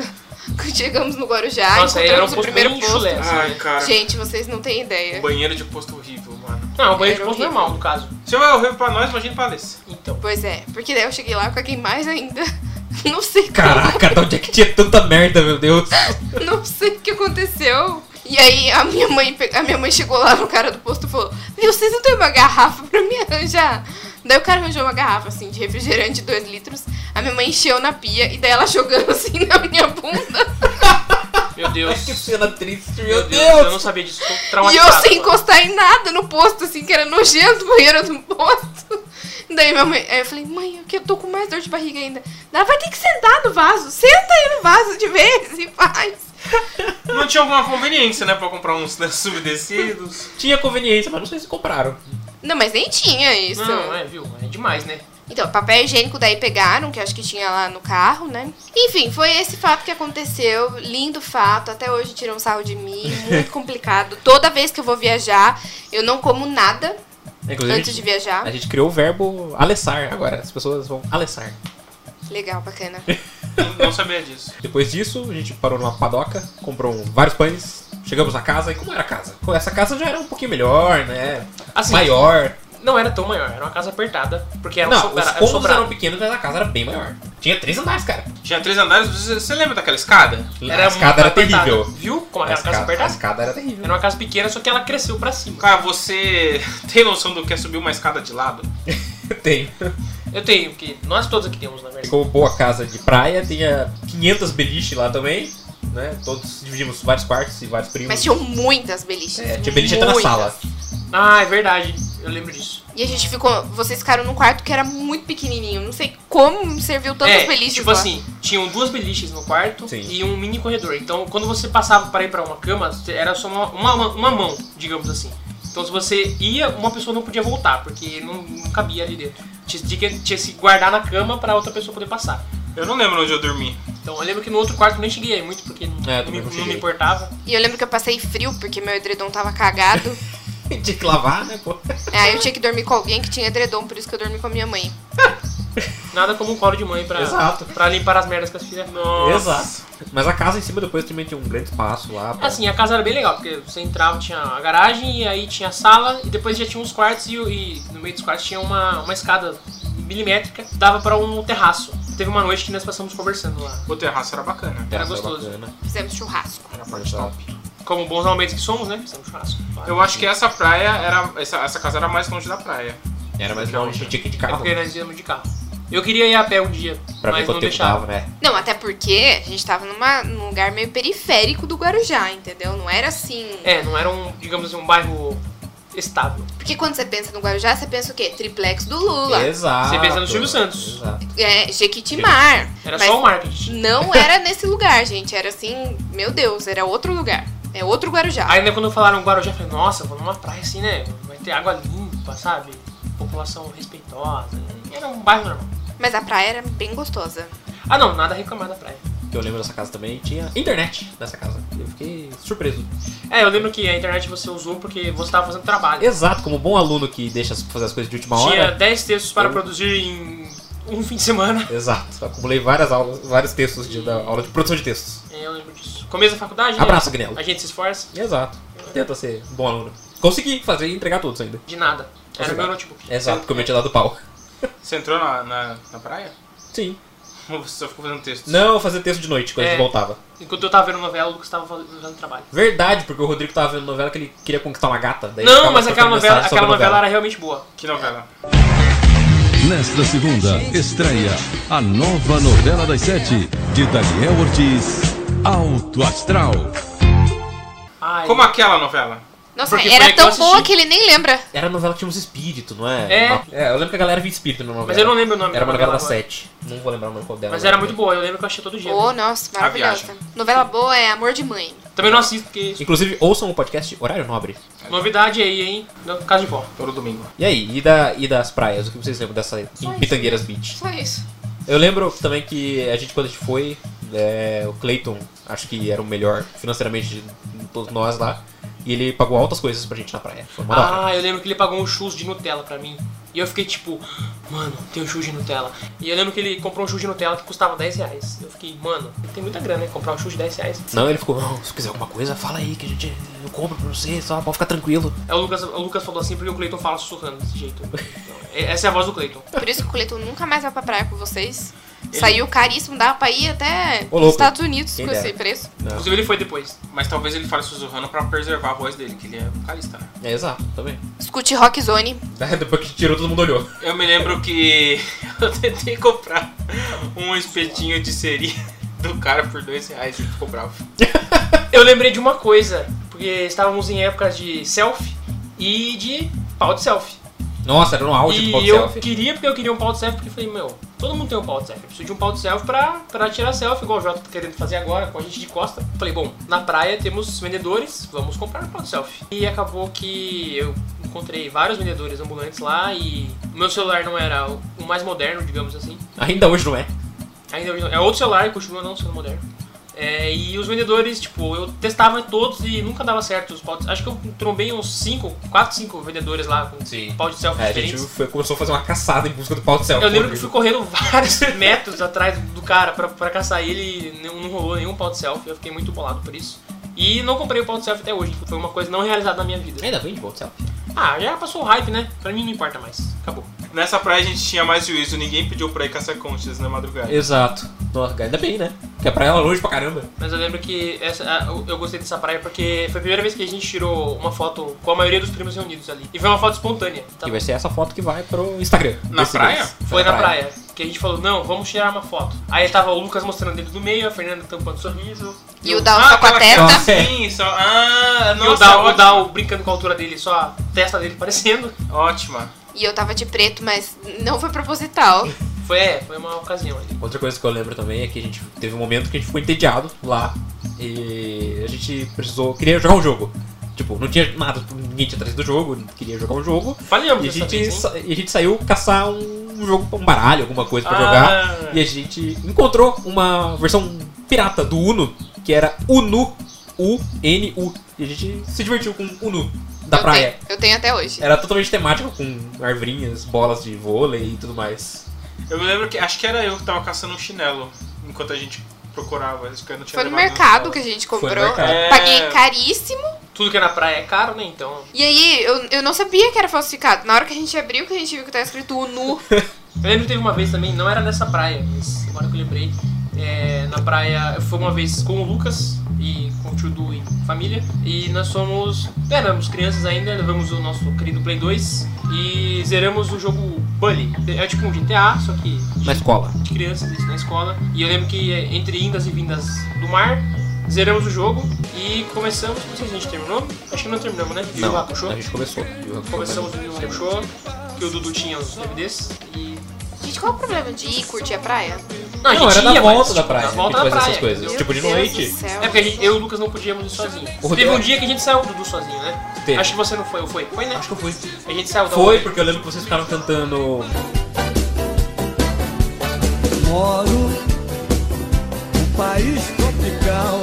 S3: Chegamos no Guarujá,
S4: Nossa, era um
S3: encontramos
S4: posto
S3: o primeiro
S4: bem
S3: posto.
S4: chulé, assim.
S1: Ai, cara. um
S3: Gente, vocês não têm ideia.
S1: Banheiro de posto horrível, mano.
S4: Não, o banheiro
S3: Ah, Era
S4: de posto
S3: horrível.
S4: normal, no caso.
S1: Se eu é horrível pra nós, imagina pra Alessa.
S4: Então.
S3: Pois é, porque daí eu cheguei lá, eu caguei mais ainda. Não sei como.
S2: Caraca, de onde é que tinha tanta merda, meu Deus?
S3: Não sei o que aconteceu. E aí a minha mãe, pe- a minha mãe chegou lá no cara do posto e falou: Viu, vocês não têm uma garrafa pra me arranjar? Daí o cara arranjou uma garrafa assim de refrigerante, 2 litros. A minha mãe encheu na pia e daí ela jogando assim na minha bunda.
S4: Meu Deus.
S2: Que cena triste,
S4: Meu
S2: meu
S4: Deus, eu não
S2: Deus!
S4: sabia disso. Tô
S3: E eu
S4: traumatizado.
S3: sem encostar em nada no posto, assim, que era nojento, o banheiro do posto. Daí minha mãe, aí eu falei, mãe, eu que- eu tô com mais dor de barriga ainda. Ela vai ter que sentar no vaso, senta aí no vaso de vez e faz.
S1: Não tinha alguma conveniência, né, pra comprar uns né, subdecidos.
S2: Tinha conveniência, mas não sei se compraram.
S3: Não, mas nem tinha isso.
S4: Ah. Não, é, viu? É demais, né?
S3: Então, papel higiênico daí pegaram, que eu acho que tinha lá no carro, né? Enfim, foi esse fato que aconteceu. Lindo fato. Até hoje tiram sarro de mim. Muito complicado. Toda vez que eu vou viajar, eu não como nada
S2: Inclusive,
S3: antes de viajar.
S4: É.
S2: a gente criou o verbo alessar agora. As pessoas vão alessar.
S3: Legal, bacana.
S1: Não, não sabia disso.
S2: Depois disso, a gente parou numa padoca, comprou um- vários pães, chegamos na casa, e como era a casa? Essa casa já era um pouquinho melhor, né?
S4: Assim,
S2: Maior.
S4: Não era tão maior, era uma casa apertada, porque era um
S2: Não,
S4: so-
S2: os
S4: era, era um
S2: cômodos
S4: sobrado.
S2: eram pequenos, mas a casa era bem maior. Tinha três andares, cara.
S1: Tinha três andares, você, você lembra daquela escada?
S2: a escada era
S4: apertada.
S2: terrível.
S4: Viu como
S2: A
S4: era um uma casa
S2: escada, a
S4: apertada?
S2: escada era terrível.
S4: Era uma casa pequena, só que ela cresceu pra cima.
S1: Cara, você tem noção do que é subir uma escada de lado?
S2: Tem.
S4: Eu tenho, porque nós todos aqui temos, na verdade.
S2: Ficou boa casa de praia, tinha 500 beliche lá também, né? Todos dividimos vários quartos e vários primos.
S3: Mas tinham muitas beliches.
S2: É, tinha beliche até na
S3: muitas.
S2: sala.
S4: Ah, é verdade, eu lembro disso.
S3: E a gente ficou. Vocês ficaram num quarto que era muito pequenininho. Não sei como serviu tantas
S4: é,
S3: beliches.
S4: tipo
S3: lá.
S4: assim, tinham duas beliches no quarto
S2: Sim.
S4: e um mini corredor. Então, quando você passava pra ir pra uma cama, era só uma, uma, uma mão, digamos assim. Então, se você ia, uma pessoa não podia voltar, porque não, não cabia ali dentro. Tinha, tinha que- tinha que se guardar na cama pra outra pessoa poder passar.
S1: Eu não lembro onde eu dormi.
S4: Então, eu lembro que no outro quarto eu nem cheguei aí muito, porque não,
S2: É, eu
S4: não
S2: também
S4: me,
S2: não
S4: não
S2: cheguei.
S4: me importava.
S3: E eu lembro que eu passei frio porque meu edredom tava cagado.
S2: Tinha que lavar, né, pô?
S3: É, Aí eu tinha que dormir com alguém que tinha edredom, por isso que eu dormi com a minha mãe.
S4: Nada como um colo de mãe pra,
S2: Exato.
S4: pra limpar as merdas que as filhas. Nossa.
S2: Exato. Mas a casa em cima depois também tinha um grande espaço lá. pra-
S4: Assim, a casa era bem legal, porque você entrava, tinha a garagem, e aí tinha a sala, e depois já tinha uns quartos, e, e no meio dos quartos tinha uma, uma escada milimétrica, que dava pra um terraço. Teve uma noite que nós passamos conversando lá.
S1: O terraço era bacana.
S4: Era
S2: Nossa,
S4: gostoso.
S2: bacana.
S3: Fizemos churrasco.
S1: Era a parte top.
S4: Como bons almeiros que somos, né? Fizemos churrasco.
S1: Eu acho que essa praia era. Essa, essa casa era mais longe da praia.
S2: Era mais longe, tinha que ir de
S4: É
S2: carro. né?
S4: porque nós íamos de carro. Eu queria ir a pé um dia,
S2: Pra ver
S4: mas não
S2: quanto tempo
S4: deixava.
S2: dava, né?
S3: Não, até porque a gente tava numa, num lugar meio periférico do Guarujá, entendeu? Não era assim.
S4: É, não era um, digamos assim, um bairro estável.
S3: Porque quando você pensa no Guarujá, você pensa o quê? Triplex do Lula.
S2: Exato.
S4: Você pensa no Silvio Santos.
S2: Exato.
S3: É, Jequitimar.
S4: Era
S3: Mas
S4: só um o marketing.
S3: Não era nesse lugar, gente. Era assim, meu Deus, era outro lugar. É outro Guarujá.
S4: Ainda né, quando falaram Guarujá, eu falei, nossa, vou numa praia assim, né? Vai ter água limpa, sabe? População respeitosa. Era um bairro normal.
S3: Mas a praia era bem gostosa.
S4: Ah não, nada a reclamar da praia.
S2: Que eu lembro dessa casa também, tinha internet nessa casa. Eu fiquei surpreso.
S4: É, eu lembro que a internet você usou porque você tava fazendo trabalho.
S2: Exato, como bom aluno que deixa as- fazer as coisas de última
S4: Tinha
S2: hora.
S4: 10 textos para
S2: Eu-
S4: produzir em um fim de semana.
S2: Exato. Acumulei várias aulas, vários textos de, da aula de produção de textos.
S4: É, eu lembro disso. Começo da faculdade, né?
S2: Abraço, Guinelo.
S4: A gente se esforça
S2: Exato. Tenta ser um bom aluno. Consegui fazer e entregar todos ainda.
S4: de nada. Era
S2: Exato.
S4: o meu notebook.
S2: Exato, porque eu meti lá do pau.
S1: Você entrou na, na, na praia?
S2: Sim.
S1: Ou você só ficou fazendo texto?
S2: Não, eu fazia texto de noite, quando a gente
S4: É.
S2: voltava.
S4: Enquanto eu tava vendo novela, o Lucas tava faz- fazendo trabalho.
S2: Verdade, porque o Rodrigo tava vendo novela que ele queria conquistar uma gata. daí ele
S4: Não,
S2: ficava
S4: mas aquela
S2: trocando
S4: novela,
S2: mensagem sobre
S4: aquela
S2: a
S4: novela era realmente boa.
S1: Que novela?
S8: Nesta segunda, estreia a nova novela das sete, de Daniel Ortiz, Alto Astral.
S4: Ai,
S1: Como aquela novela?
S3: Nossa,
S4: Porque foi
S3: era
S4: aí que eu
S3: tão boa
S4: assisti.
S3: que ele nem lembra.
S2: Era a novela que tinha uns espíritos, não é?
S4: É.
S2: Uma- eu lembro que a galera via espírito na novela.
S4: Mas eu não lembro o nome
S2: Era uma
S4: da novela
S2: novela da
S4: agora.
S2: sete. Não vou lembrar o nome qual dela.
S4: Mas era muito boa, eu lembro que eu achei todo dia.
S3: Oh, nossa,
S1: A
S3: maravilhosa.
S1: viagem.
S3: Novela boa é Amor de Mãe.
S4: Também não assisto, porque
S2: Inclusive, ouçam o podcast Horário Nobre.
S4: Novidade aí, hein? No caso de vó.
S1: Todo domingo.
S2: E aí, e, da, e das praias? O que vocês lembram dessa em Pitangueiras Beach?
S3: Só isso.
S2: Eu lembro também que a gente, quando a gente foi, é, o Clayton, acho que era o melhor financeiramente de todos nós lá. E ele pagou altas coisas pra gente na praia. Foi uma da hora.
S4: Ah, eu lembro que ele pagou um chus de Nutella pra mim. E eu fiquei tipo, mano, tem um chus de Nutella. E eu lembro que ele comprou um chus de Nutella que custava 10 reais. Eu fiquei, mano, tem muita grana, né? Comprar um chus de 10 reais.
S2: Não, ele ficou, não, se quiser alguma coisa, fala aí que a gente eu compro pra você, só pode ficar tranquilo.
S4: Aí o Lucas, o Lucas falou assim porque o Cleiton fala sussurrando desse jeito. Então, é- essa é a voz do Cleiton.
S3: Por isso que o Cleiton nunca mais vai pra praia com vocês. Saiu caríssimo, dava pra ir até
S2: Ô,
S3: os
S2: louco.
S3: Estados Unidos
S2: Quem
S3: com
S2: dera.
S3: esse preço.
S4: Inclusive ele foi depois.
S1: Mas talvez ele fale sussurrando pra preservar a voz dele, que ele é vocalista, né?
S2: É, exato, também.
S3: Escute Rock Zone.
S2: Depois que tirou, todo mundo olhou.
S1: Eu me lembro que eu tentei comprar um espetinho de seri do cara por dois reais e ele ficou bravo.
S4: Eu lembrei de uma coisa, porque estávamos em épocas de selfie e de pau de selfie.
S2: Nossa, era no auge do
S4: E
S2: pop
S4: eu
S2: selfie. tipo
S4: queria, porque eu queria um pau um de selfie, porque eu falei, meu, Todo mundo tem um pau de selfie. Eu preciso de um pau de selfie pra, pra tirar selfie, igual o Jota tá querendo fazer agora, com a gente de costa. Falei, bom, na praia temos vendedores, vamos comprar um pau de selfie. E acabou que eu encontrei vários vendedores ambulantes lá e o meu celular não era o o mais moderno, digamos assim.
S2: Ainda hoje não é.
S4: Ainda hoje não. É outro celular e continua não sendo moderno. É, e os vendedores, tipo, eu testava todos e nunca dava certo os potes. Acho que eu trombei uns 5, 4, 5 vendedores lá com
S2: Sim.
S4: pau de selfie
S2: É, a gente
S4: diferentes.
S2: foi- começou a fazer uma caçada em busca do pau de selfie.
S4: Eu lembro que fui correndo vários metros atrás do cara pra, pra caçar ele e não, não rolou nenhum pau de selfie. Eu fiquei muito bolado por isso. E não comprei o pau de selfie até hoje. Foi uma coisa não realizada na minha vida.
S2: É, Ainda vende pau de selfie.
S4: Ah, já passou o hype, né? Pra mim não importa mais. Acabou.
S1: Nessa praia a gente tinha mais juízo, ninguém pediu pra ir caçar conchas na madrugada.
S2: Exato. Nossa, cara, ainda bem, né? Porque a praia é longe pra caramba.
S4: Mas eu lembro que essa, a- eu- eu gostei dessa praia porque foi a primeira vez que a gente tirou uma foto com a maioria dos primos reunidos ali. E foi uma foto espontânea. tá?
S2: E vai ser essa foto que vai pro Instagram.
S1: Na
S2: Esse
S1: praia?
S2: mês.
S4: Foi na praia. Que a gente falou, não, vamos tirar uma foto. Aí tava o Lucas mostrando o dedo do meio, a Fernanda tampando o sorriso. Ah, tá
S3: E o Dal só com a
S1: aquela-
S3: testa.
S1: Sim, assim, só. Ah,
S4: e o
S2: é
S1: nossa,
S4: Dal, o
S1: ótima.
S4: Dal brincando com a altura dele, só a testa dele parecendo.
S1: Ótima.
S3: E eu tava de preto, mas não foi proposital.
S4: Foi, é, foi uma ocasião ali.
S2: Outra coisa que eu lembro também é que a gente teve um momento que a gente ficou entediado lá e a gente precisou, queria jogar um jogo. Tipo, não tinha nada, ninguém tinha trazido o jogo, queria jogar um jogo.
S4: Falhamos
S2: E a,
S4: dessa
S2: gente,
S4: vez, hein?
S2: sa- e a gente saiu caçar um jogo, um baralho, alguma coisa pra
S4: Ah.
S2: jogar. E a gente encontrou uma versão pirata do Uno, que era Unu, U-N-U. E a gente se divertiu com Unu da
S3: eu,
S2: praia.
S3: Tenho, eu tenho até hoje.
S2: Era totalmente temático, com arvrinhas, bolas de vôlei e tudo mais.
S1: Eu me lembro que. Acho que era eu que tava caçando um chinelo enquanto a gente procurava. Acho que eu não tinha
S3: Foi no
S1: levado
S3: mercado
S1: nada.
S3: que a gente
S2: É, Foi no
S3: comprou.
S2: mercado.
S1: É.
S3: Paguei caríssimo.
S4: Tudo que é na praia é caro, né? Então.
S3: E aí, eu, eu não sabia que era falsificado. Na hora que a gente abriu, que a gente viu que tava escrito UNU.
S4: Eu lembro que teve uma vez também, não era nessa praia, mas agora que eu lembrei, é, na praia, eu fui uma vez com o Lucas e com o tio Du e família, e nós fomos, éramos crianças ainda, levamos o nosso querido Play 2 e zeramos o jogo Bully. É tipo um GTA, só que
S2: Na escola.
S4: de crianças isso na escola. E eu lembro que é, entre indas e vindas do mar, zeramos o jogo e começamos, não sei se a gente terminou, acho que não terminamos, né?
S2: Não,
S4: Lá, puxou.
S2: a gente começou.
S4: Começamos o Viva Puxou, que o Dudu tinha os DVDs e
S3: Gente, qual é o problema de ir curtir a praia?
S4: a
S2: Não,
S4: gente
S2: era na
S4: ia,
S2: volta
S4: mas,
S2: da
S4: tipo,
S2: praia.
S4: Na volta
S2: a
S4: da
S2: gente fazia
S4: praia.
S2: essas coisas.
S4: entendeu?
S2: Tipo, de
S3: Meu Deus
S2: noite.
S3: do céu.
S4: É porque a gente- eu e o Lucas não podíamos ir sozinhos.
S2: O
S4: Teve um
S2: Rodrigo- é-
S4: dia que a gente saiu com o Dudu sozinho, né?
S2: Teve.
S4: Acho que você não foi, ou foi? Foi, né?
S2: Acho que eu fui.
S4: A gente saiu da
S2: Foi, porque eu lembro que vocês ficaram cantando.
S5: Moro num país tropical.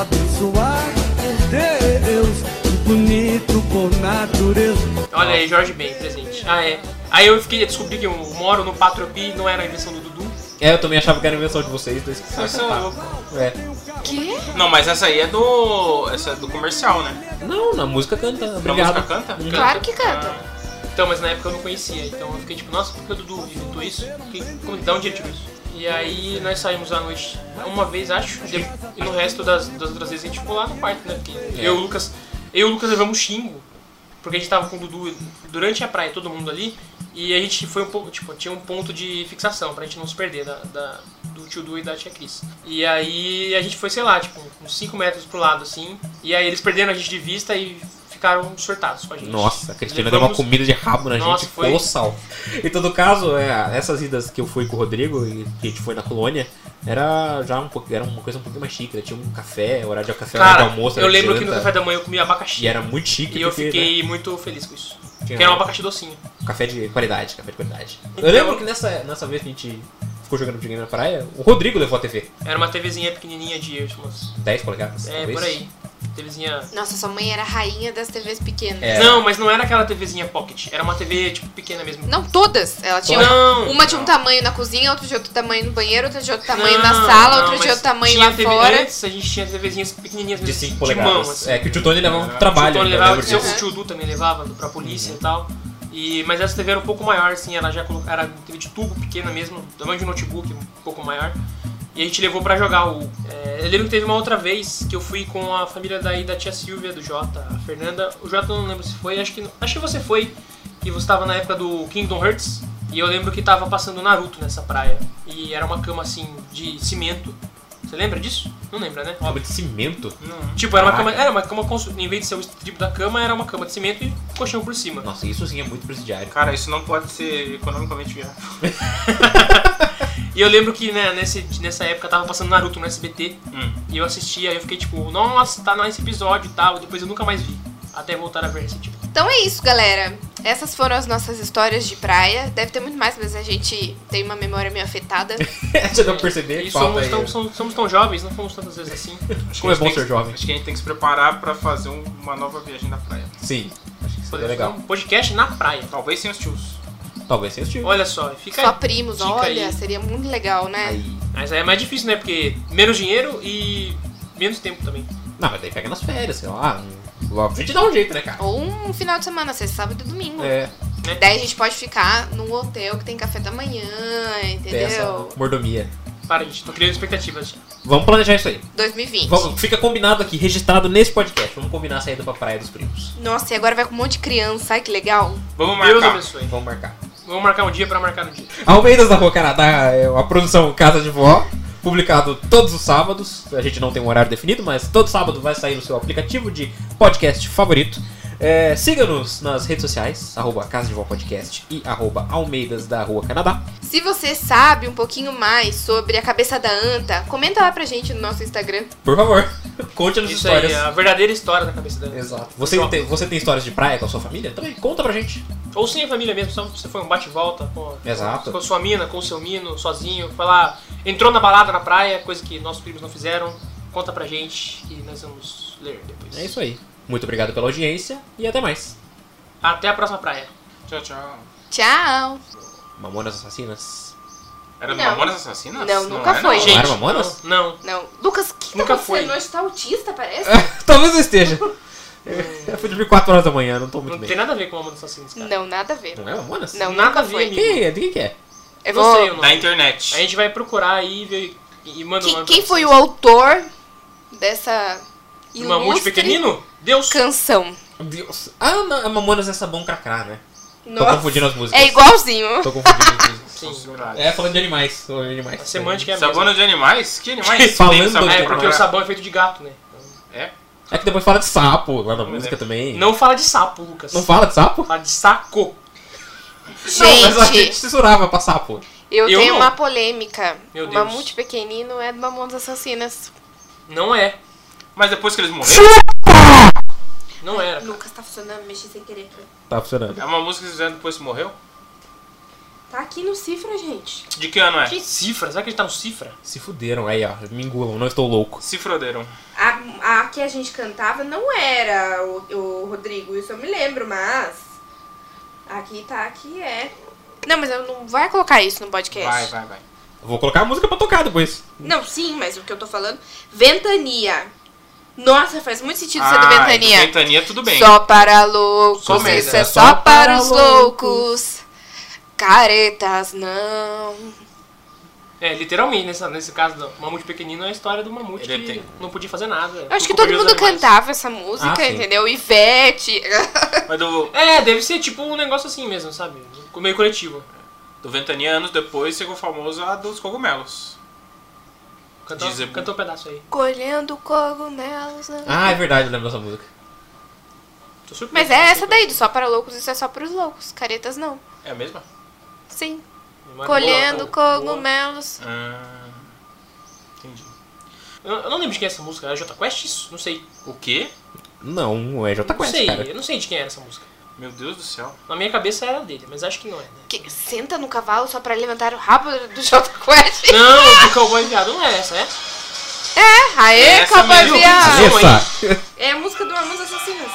S5: Abençoado por é Deus, e bonito por natureza.
S4: Olha aí, Jorge Ben, presente. Ah, é. Aí eu fiquei, descobri que eu moro no Patropi, não era a invenção do Dudu.
S2: É, eu também achava que era invenção de vocês, dois que
S1: Vocês são loucos.
S2: É.
S3: Quê?
S1: Não, mas essa aí é do. Essa é do comercial, né?
S2: Não, na música canta. Obrigado. Uhum.
S1: música canta?
S3: Claro que canta.
S4: Então, mas na época eu não conhecia, então eu fiquei tipo, nossa, por que o Dudu inventou isso? Que- Como, dá onde ele tirou isso? E aí nós saímos à noite uma vez, acho, de- e no resto das, das outras vezes a gente ficou lá no quarto, né? Porque
S2: É.
S4: eu e o Lucas. Eu e o Lucas levamos xingo, porque a gente tava com o Dudu durante a praia, todo mundo ali, e a gente foi um pouco, tipo, tinha um ponto de fixação pra gente não se perder da, da- do tio Du e da tia Cris. E aí a gente foi, sei lá, tipo, uns 5 metros pro lado assim, e aí eles perderam a gente de vista e ficaram surtados com a gente.
S2: Nossa, a Cristina deu uma
S4: Levamos-
S2: comida de rabo na
S4: Nossa,
S2: gente,
S4: foi-
S2: colossal. Em todo caso, é, essas idas que eu fui com o Rodrigo e que a gente foi na colônia, era já um pouco, era uma coisa um pouquinho mais chique. né? Tinha um café, horário de café, horário
S4: Cara,
S2: de almoço,
S4: eu
S2: era
S4: lembro que no
S2: janta,
S4: café da manhã eu comi abacaxi.
S2: E era muito chique.
S4: E eu
S2: porque, né,
S4: fiquei muito feliz com isso.
S2: Tinha-
S4: Que era um abacaxi docinho.
S2: Café de qualidade, café de qualidade.
S4: Então-
S2: Eu lembro que nessa, nessa vez que a gente ficou jogando videogame na praia, o Rodrigo levou a TV.
S4: Era uma TVzinha pequenininha de umas...
S2: 10 polegadas,
S4: É,
S2: talvez.
S4: por aí. TVzinha...
S3: Nossa, sua mãe era a rainha das TVs pequenas.
S2: É.
S4: Não, mas não era aquela TVzinha pocket. Era uma TV, tipo, pequena mesmo.
S3: Não todas. Ela tinha
S4: Não.
S3: uma de um tamanho na cozinha, outra de outro tamanho no banheiro, outra de outro tamanho
S4: Não,
S3: na sala,
S4: não,
S3: outra de
S4: mas
S3: outro tamanho
S4: tinha
S3: lá
S4: TV
S3: fora.
S4: Antes a gente tinha TVzinhas pequenininhas
S2: De
S4: mesmo,
S2: 5
S4: de
S2: polegadas.
S4: mão, assim.
S2: É, que o tio Tony levava pro trabalho, né?
S4: Tony
S2: eu
S4: levava,
S2: lembro
S4: o seu
S2: disso.
S4: tio Du também levava pra polícia e tal. E, mas essa TV era um pouco maior, assim, ela já colo- era TV de tubo pequena mesmo, tamanho de um notebook, um pouco maior. E a gente levou pra jogar o. é, eu lembro que teve uma outra vez que eu fui com a família daí da tia Silvia, do Jota, a Fernanda. O Jota eu não lembro se foi, acho que, acho que você foi, que você tava na época do Kingdom Hearts. E eu lembro que tava passando Naruto nessa praia. E era uma cama assim de cimento. Você lembra disso? Não lembra, né?
S2: Cama de cimento?
S4: Tipo, era uma
S2: Caraca.
S4: cama. Era uma cama constru- Em vez de ser o estribo da cama, era uma cama de cimento e colchão por cima.
S2: Nossa, isso sim é muito presidiário.
S1: Cara, isso não pode ser economicamente viável.
S4: E eu lembro que né, nesse, nessa época tava passando Naruto no SBT
S1: Hum.
S4: e eu assistia e eu fiquei tipo, nossa, tá nesse episódio e tal. Depois eu nunca mais vi. Até voltar a ver esse tipo.
S3: Então é isso, galera. Essas foram as nossas histórias de praia. Deve ter muito mais, mas a gente tem uma memória meio afetada.
S2: Você não Então perceber
S4: E
S2: que falta
S4: somos
S2: aí.
S4: tão, somos, somos tão jovens, não fomos tantas vezes assim.
S1: Acho que
S2: Como
S1: a gente
S2: é bom
S1: tem
S2: ser
S1: que-
S2: jovem.
S1: Acho que a gente tem que se preparar pra fazer um- uma nova viagem na praia.
S2: Sim. Acho que isso é
S4: Podemos
S2: legal.
S4: fazer um podcast na praia.
S1: Talvez sem os tios.
S2: Talvez seja o tipo.
S4: Olha só, fica
S3: Só
S4: aí.
S3: primos,
S4: Dica
S3: olha,
S4: aí.
S3: seria muito legal, né?
S2: Aí.
S4: Mas aí é mais difícil, né? Porque menos dinheiro e menos tempo também.
S2: Não, mas daí pega nas férias, sei lá. Logo. A gente dá um jeito, né, cara?
S3: Ou um final de semana, sexta, sábado e domingo.
S2: É,
S3: Daí a gente pode ficar num hotel que tem café da manhã,
S2: tem
S3: entendeu?
S2: essa mordomia.
S4: Para, gente, tô criando expectativas.
S2: Vamos planejar isso aí.
S3: 2020.
S2: Vamos- fica combinado aqui, registrado nesse podcast. Vamos combinar a saída pra praia dos primos.
S3: Nossa, e agora vai com um monte de criança, ai que legal.
S1: Vamos
S4: Deus
S1: marcar.
S4: abençoe.
S2: Vamos marcar.
S4: Vamos marcar um dia pra marcar um dia.
S2: Almeidas da Rua Canadá é uma produção Casa de Vó, publicado todos os sábados. A gente não tem um horário definido, mas todo sábado vai sair no seu aplicativo de podcast favorito. É, Siga-nos nas redes sociais, arroba Casa de Vó Podcast e arroba Almeidas da Rua Canadá.
S3: Se você sabe um pouquinho mais sobre a cabeça da anta, comenta lá pra gente no nosso Instagram.
S2: Por favor, conte nos
S4: Isso
S2: histórias.
S4: aí, ah, a verdadeira história da cabeça da
S2: Exato. Você tem, você tem histórias de praia com a sua família? Também conta pra gente.
S4: Ou sem a família mesmo, só você foi um bate-volta com,
S2: Exato.
S4: com a sua mina, com o seu mino, sozinho. Foi lá, entrou na balada na praia, coisa que nossos primos não fizeram. Conta pra gente e nós vamos ler depois.
S2: É isso aí. Muito obrigado pela audiência e até mais.
S4: Até a próxima praia.
S1: Tchau, tchau.
S3: Tchau!
S2: Mamonas Assassinas.
S1: Era do
S3: Não.
S1: Mamonas Assassinas?
S3: Não, nunca
S1: é,
S3: foi.
S1: não.
S2: Não era
S4: Gente,
S2: Mamonas?
S4: Não.
S3: Não. Lucas, o que, que tá
S4: Nunca
S3: acontecendo
S4: foi.
S3: hoje? Tá autista, parece?
S2: Talvez eu esteja. Eu fui dormir 4 horas da manhã, não tô
S4: Não,
S2: muito
S4: não
S2: bem.
S4: tem nada a ver com o Amor dos Assassinos, cara.
S3: Não, nada a ver.
S2: Não é Mamonas?
S3: Não,
S4: Nada
S3: nunca
S4: a ver,
S3: foi.
S4: amigo.
S2: Quem é? De quem que é?
S3: Eu
S4: Não
S3: vou-
S4: sei o nome.
S1: Da
S4: A
S1: internet.
S4: gente vai procurar aí e vê- e, e manda um
S3: Quem,
S4: nome
S3: quem
S4: pra
S3: foi o
S4: vocês.
S3: autor dessa
S4: Do Mamute
S3: ilustre
S4: Pequenino? Deus.
S3: canção?
S2: Deus. Ah, não, a Mamonas é sabão cracrá, né? Tô
S3: Nossa.
S2: confundindo as músicas.
S3: É igualzinho.
S2: Tô confundindo as músicas.
S4: Sim.
S2: É, falando de animais. Falando de animais.
S4: A semântica é a mesma.
S1: Sabona de animais? Que animais?
S2: Falando
S1: Tem sabão pra
S2: de
S4: É, porque o
S1: procurar?
S4: sabão é feito de gato, né?
S1: É?
S2: É que depois fala de sapo lá na música também.
S4: Não fala de sapo, Lucas.
S2: Não fala de sapo?
S4: Fala Tá de saco.
S2: Não, mas a gente
S3: Gente,
S2: censurava pra sapo.
S3: eu,
S4: Eu
S3: tenho
S4: não.
S3: uma polêmica.
S4: Meu
S3: o
S4: Deus.
S3: Mamute Pequenino é do Mamonas Assassinas.
S4: Não é.
S1: Mas depois que eles morreram,
S4: Não era.
S3: Lucas, tá funcionando, mexi sem querer. cara.
S2: Tá funcionando.
S1: é uma música que eles fizeram depois que morreu?
S3: Tá aqui no cifra, gente.
S1: De que ano é?
S4: Que cifra? Será que ele tá no cifra?
S2: Se fuderam aí, ó. Me engulam, não estou louco.
S1: Se froderam.
S3: A, a que a gente cantava não era o, o Rodrigo, isso eu me lembro, mas. Aqui tá, aqui é. Não, mas eu não vai colocar isso no podcast.
S1: Vai, vai, vai.
S2: Vou colocar a música pra tocar depois.
S3: Não, sim, mas o que eu tô falando. Ventania. Nossa, faz muito sentido ser é do
S1: Ah,
S3: Ventania.
S1: do Ventania, tudo bem.
S3: Só para loucos,
S1: Só merda.
S3: isso é só para os loucos. Caretas não.
S4: É, literalmente, nessa, nesse caso do Mamute Pequenino, é a história do Mamute
S1: Ele
S4: que
S1: tem-
S4: não podia fazer nada.
S3: Eu acho que
S4: Ficou
S3: todo
S4: preso
S3: mundo
S4: aos animais.
S3: cantava essa música,
S2: Ah, sim.
S3: entendeu? Ivete.
S1: Mas do,
S4: É, deve ser tipo um negócio assim mesmo, sabe? Meio coletivo.
S1: do Ventania, anos depois, ficou famoso a dos cogumelos.
S4: Cantou,
S1: Dizer-
S4: cantou um pedaço aí.
S3: Colhendo cogumelos. não.
S2: Ah, é verdade, eu lembro dessa música.
S4: Tô surpreso.
S3: Mas é essa daí, do só para loucos, isso é só para os loucos. Caretas não.
S1: É a mesma?
S3: Sim.
S4: Memória
S3: Colhendo
S4: boa, boa.
S3: cogumelos.
S1: Ah, entendi.
S4: Eu, eu não lembro de quem é essa música. É J Quest isso? Não sei.
S1: O quê?
S2: Não, é Jota
S4: não
S2: Quest,
S4: sei.
S2: cara.
S4: Eu não sei de quem era essa música.
S1: Meu Deus do céu.
S4: Na minha cabeça era dele, mas acho que não é, né?
S3: Que- senta no cavalo só para levantar o rabo do Jota Quest.
S4: Não, do Cowboy Viado não é essa, é?
S3: É, aê,
S1: É essa
S3: cowboy
S1: mesmo.
S2: Ah,
S3: viado.
S4: Sim.
S2: Essa!
S3: É a música do Mamonas Assassinas.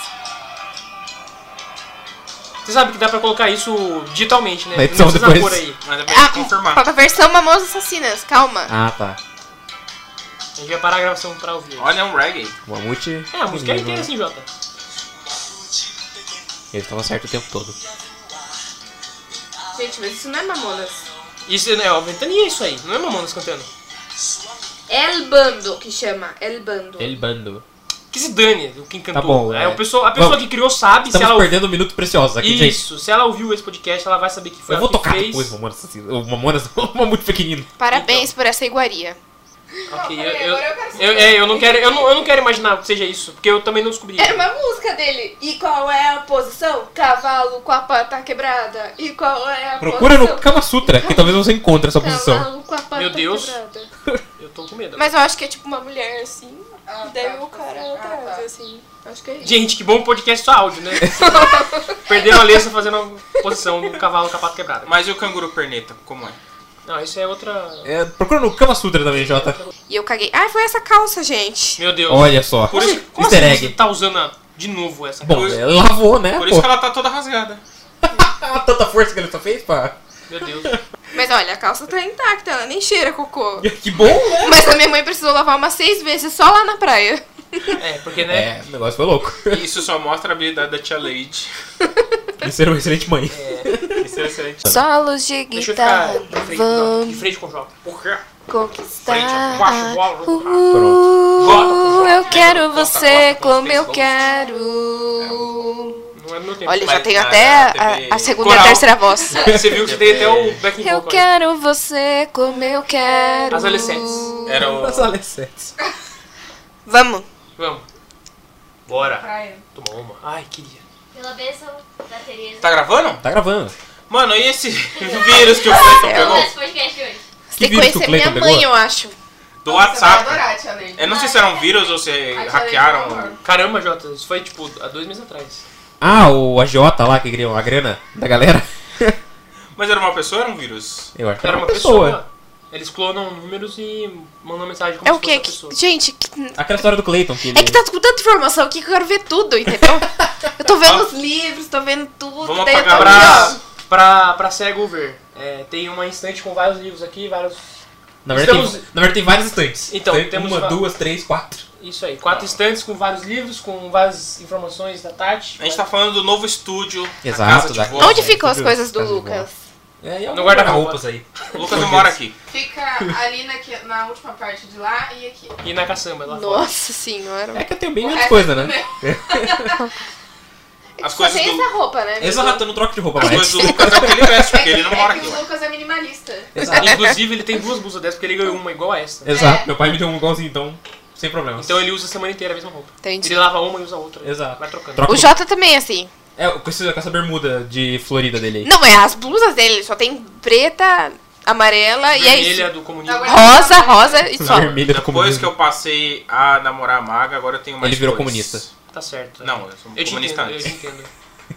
S4: Você sabe que dá pra colocar isso digitalmente, né?
S2: Na
S4: Não
S2: edição
S4: precisa
S2: depois.
S4: pôr aí.
S1: Mas é pra
S3: Ah,
S1: gente confirmar.
S3: a versão Mamonas Assassinas, calma.
S2: Ah, tá.
S4: A gente vai parar a gravação pra ouvir.
S1: Olha, é um reggae.
S2: Mamute.
S4: É, a música é
S2: Menino.
S4: inteira assim, Jota.
S2: Ele tava certo o tempo todo.
S3: Gente, mas isso não é Mamonas.
S4: Isso é uma ventania isso aí, não é Mamonas cantando.
S3: El Bando, que chama. El Bando.
S2: Ele bando.
S4: Que se dane o quem cantou.
S2: bom,
S4: é.
S2: é.
S4: a pessoa, a pessoa
S2: Vamos.
S4: que criou sabe se
S2: Estamos
S4: ela ouviu.
S2: perdendo um minuto precioso aqui, gente.
S4: Isso, se ela ouviu esse podcast, ela vai saber que foi
S2: Eu
S4: ela
S2: vou
S4: que
S2: tocar
S4: fez.
S2: depois, Mamonas. Assassinas. O Mamonas, o Mamute pequenino.
S3: Parabéns por essa iguaria.
S4: Ok, eu,
S3: peraí,
S4: eu,
S3: agora eu quero
S4: eu,
S3: saber.
S4: é, eu não quero, eu não, eu não quero imaginar que seja isso, porque eu também não descobri.
S3: Era É uma música dele. E qual é a posição? Cavalo com a pata quebrada. E qual é a
S2: Procura
S3: posição?
S2: no Kama Sutra, que talvez você encontre essa posição.
S3: Cavalo com a pata
S4: Meu Deus.
S3: quebrada.
S4: Eu tô com medo.
S3: Mas eu acho que é tipo uma mulher assim.
S9: Ah,
S3: daí
S9: tá,
S3: o cara
S9: ah,
S3: atrás,
S9: tá.
S3: assim. Acho que é isso.
S4: Gente, que bom podcast só áudio, né? Perderam a Alessa fazendo a posição do cavalo com a pata quebrada.
S1: Mas e o canguru perneta, como é?
S4: Não, isso é outra...
S2: É, procura no Kama Sutra também, Jota.
S4: Então,
S3: E eu caguei. Ah, foi essa calça, gente.
S4: Meu Deus.
S2: Olha só.
S4: então, Por isso, como
S2: Easter
S4: assim
S2: egg.
S4: você tá usando a- de novo essa
S2: Bom,
S4: coisa?
S2: é, lavou, né?
S1: Por
S2: pô? Ah,
S1: isso que ela tá toda rasgada.
S2: Tanta força que ele só fez, pá.
S4: Meu Deus.
S3: Mas olha, a calça tá intacta, ela nem cheira cocô.
S2: Que bom, né?
S3: Mas a minha mãe precisou lavar umas seis vezes só lá na praia.
S4: É, porque, né?
S2: É, o negócio foi louco.
S1: Isso só mostra a habilidade da tia Lady.
S2: Isso era uma excelente mãe.
S1: Isso é excelente.
S9: Solos de
S4: Deixa eu ficar
S9: guitarra
S3: Então,
S4: de frente, não,
S9: vão
S4: de frente com o Jota. Por quê?
S3: Tá.
S4: Frente,
S9: conquistar.
S4: baixo, bola, jogo.
S2: Pronto.
S9: Uh, eu quero
S1: Bota,
S9: você
S1: bota,
S9: como eu
S1: bota.
S9: quero.
S4: Não é do meu tempo.
S3: Olha,
S1: Mas
S3: já tenho
S1: na-
S3: até
S1: na
S3: a,
S1: TV
S3: a segunda e a
S4: coral.
S3: terceira voz.
S4: Você viu que tem até o back
S9: Eu
S4: vocal. aí.
S9: quero você como eu quero.
S4: As adolescentes.
S1: Era o.
S2: As adolescentes.
S3: Vamos.
S4: Vamos. Bora.
S9: Praia.
S4: Toma uma. Ai, queria.
S10: Pela bênção da Tereza.
S1: Tá gravando?
S2: Tá gravando.
S1: Mano, e esse vírus que o Cleiton
S10: Vamos
S1: pegou?
S10: esse podcast de hoje.
S3: Você
S2: Que
S3: tem que
S2: vírus que o
S3: conhecer minha
S2: Cleiton pegou?
S3: mãe, eu acho.
S1: Do
S9: Você vai
S1: WhatsApp.
S9: adorar, Tia Lady.
S1: Eu não sei se era um vírus ou se
S9: A Tia Lady vai
S1: hackearam.
S9: adorar.
S4: Caramba, Jota, isso foi tipo há dois meses atrás.
S2: Ah, o agiota lá que queria uma grana da galera.
S1: Mas era uma pessoa ou era um vírus?
S2: Eu acho que é
S4: Era uma pessoa. Eles clonam números e mandam mensagem como
S3: É
S4: se
S3: o
S4: fosse
S3: quê?
S4: a pessoa.
S3: Que- Gente, que-
S2: Aquela história do Clayton que ele...
S3: é que tá com tanta informação aqui que eu quero ver tudo, entendeu? Eu tô vendo os livros, tô vendo tudo.
S1: Vamos
S3: daí eu tô
S1: apagar
S3: aqui, ó.
S4: Pra, pra, pra cego ver, é, tem uma instante com vários livros aqui, vários.
S2: Na verdade,
S4: Estamos-
S2: tem, na verdade tem várias estantes.
S4: Então,
S2: tem
S4: temos
S2: uma,
S4: va-
S2: duas, três, quatro.
S4: Isso aí, quatro instantes com vários livros, com várias informações da Tati.
S1: A gente tá falando do novo estúdio.
S2: Exato,
S1: Exato. Casa de
S2: da-
S1: vó.
S3: Onde
S2: É,
S3: ficam as
S2: tudo
S3: coisas do
S2: casa de
S3: Lucas?
S2: É, e
S4: No guarda-roupa.
S2: roupas aí.
S1: O Lucas não mora aqui.
S9: Fica ali na, na última parte de lá e aqui.
S4: E na caçamba lá fora.
S3: Nossa senhora.
S2: É que eu tenho bem
S9: O
S2: menos
S9: resto
S2: coisa,
S9: é tudo
S2: né?
S9: meu.
S1: As
S3: Só
S1: coisas
S3: tem
S1: do.
S3: essa roupa, né? meu
S2: Exato,
S3: Deus?
S2: eu não troco de roupa
S1: As
S2: mais.
S1: coisas do Lucas é o que ele veste, porque ele não
S9: É
S1: mora
S9: que
S1: aqui.
S9: o Lucas é minimalista.
S4: Inclusive, ele tem duas blusas dessas porque ele ganhou uma igual a essa.
S2: Exato,
S9: É.
S2: meu pai me deu um igualzinho, então, sem problema.
S4: Então ele usa a semana inteira a mesma roupa.
S3: Entendi.
S4: Ele lava uma e usa a outra.
S2: Exato.
S4: Vai
S1: Tá
S4: trocando.
S2: Troca
S3: O Jota também é assim.
S2: É, com esse- com essa bermuda de Florida dele aí.
S3: Não, é as blusas dele, só tem preta, amarela e é isso.
S4: Vermelha do comunismo.
S9: Agora-
S3: Rosa, rosa e só.
S2: Vermelha do
S1: Depois
S2: comunismo.
S1: que eu passei a namorar a Maga, agora eu tenho mais
S2: Ele virou
S1: dois.
S2: comunista.
S4: Tá certo.
S1: Não, eu sou
S4: eu te
S1: comunista
S4: entendo, eu te
S1: antes.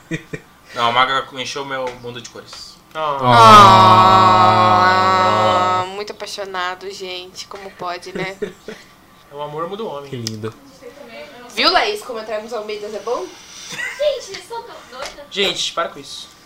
S4: entendo.
S1: Não, a Maga encheu meu mundo de cores.
S4: Ah,
S3: Ah, muito apaixonado, gente. Como pode, né?
S4: é o amor muda o
S2: Que
S4: homem.
S2: lindo.
S3: Viu, Laís, como entrarmos ao meio das é bom?
S10: Gente, vocês estão doidos? né?
S4: Gente, para com isso.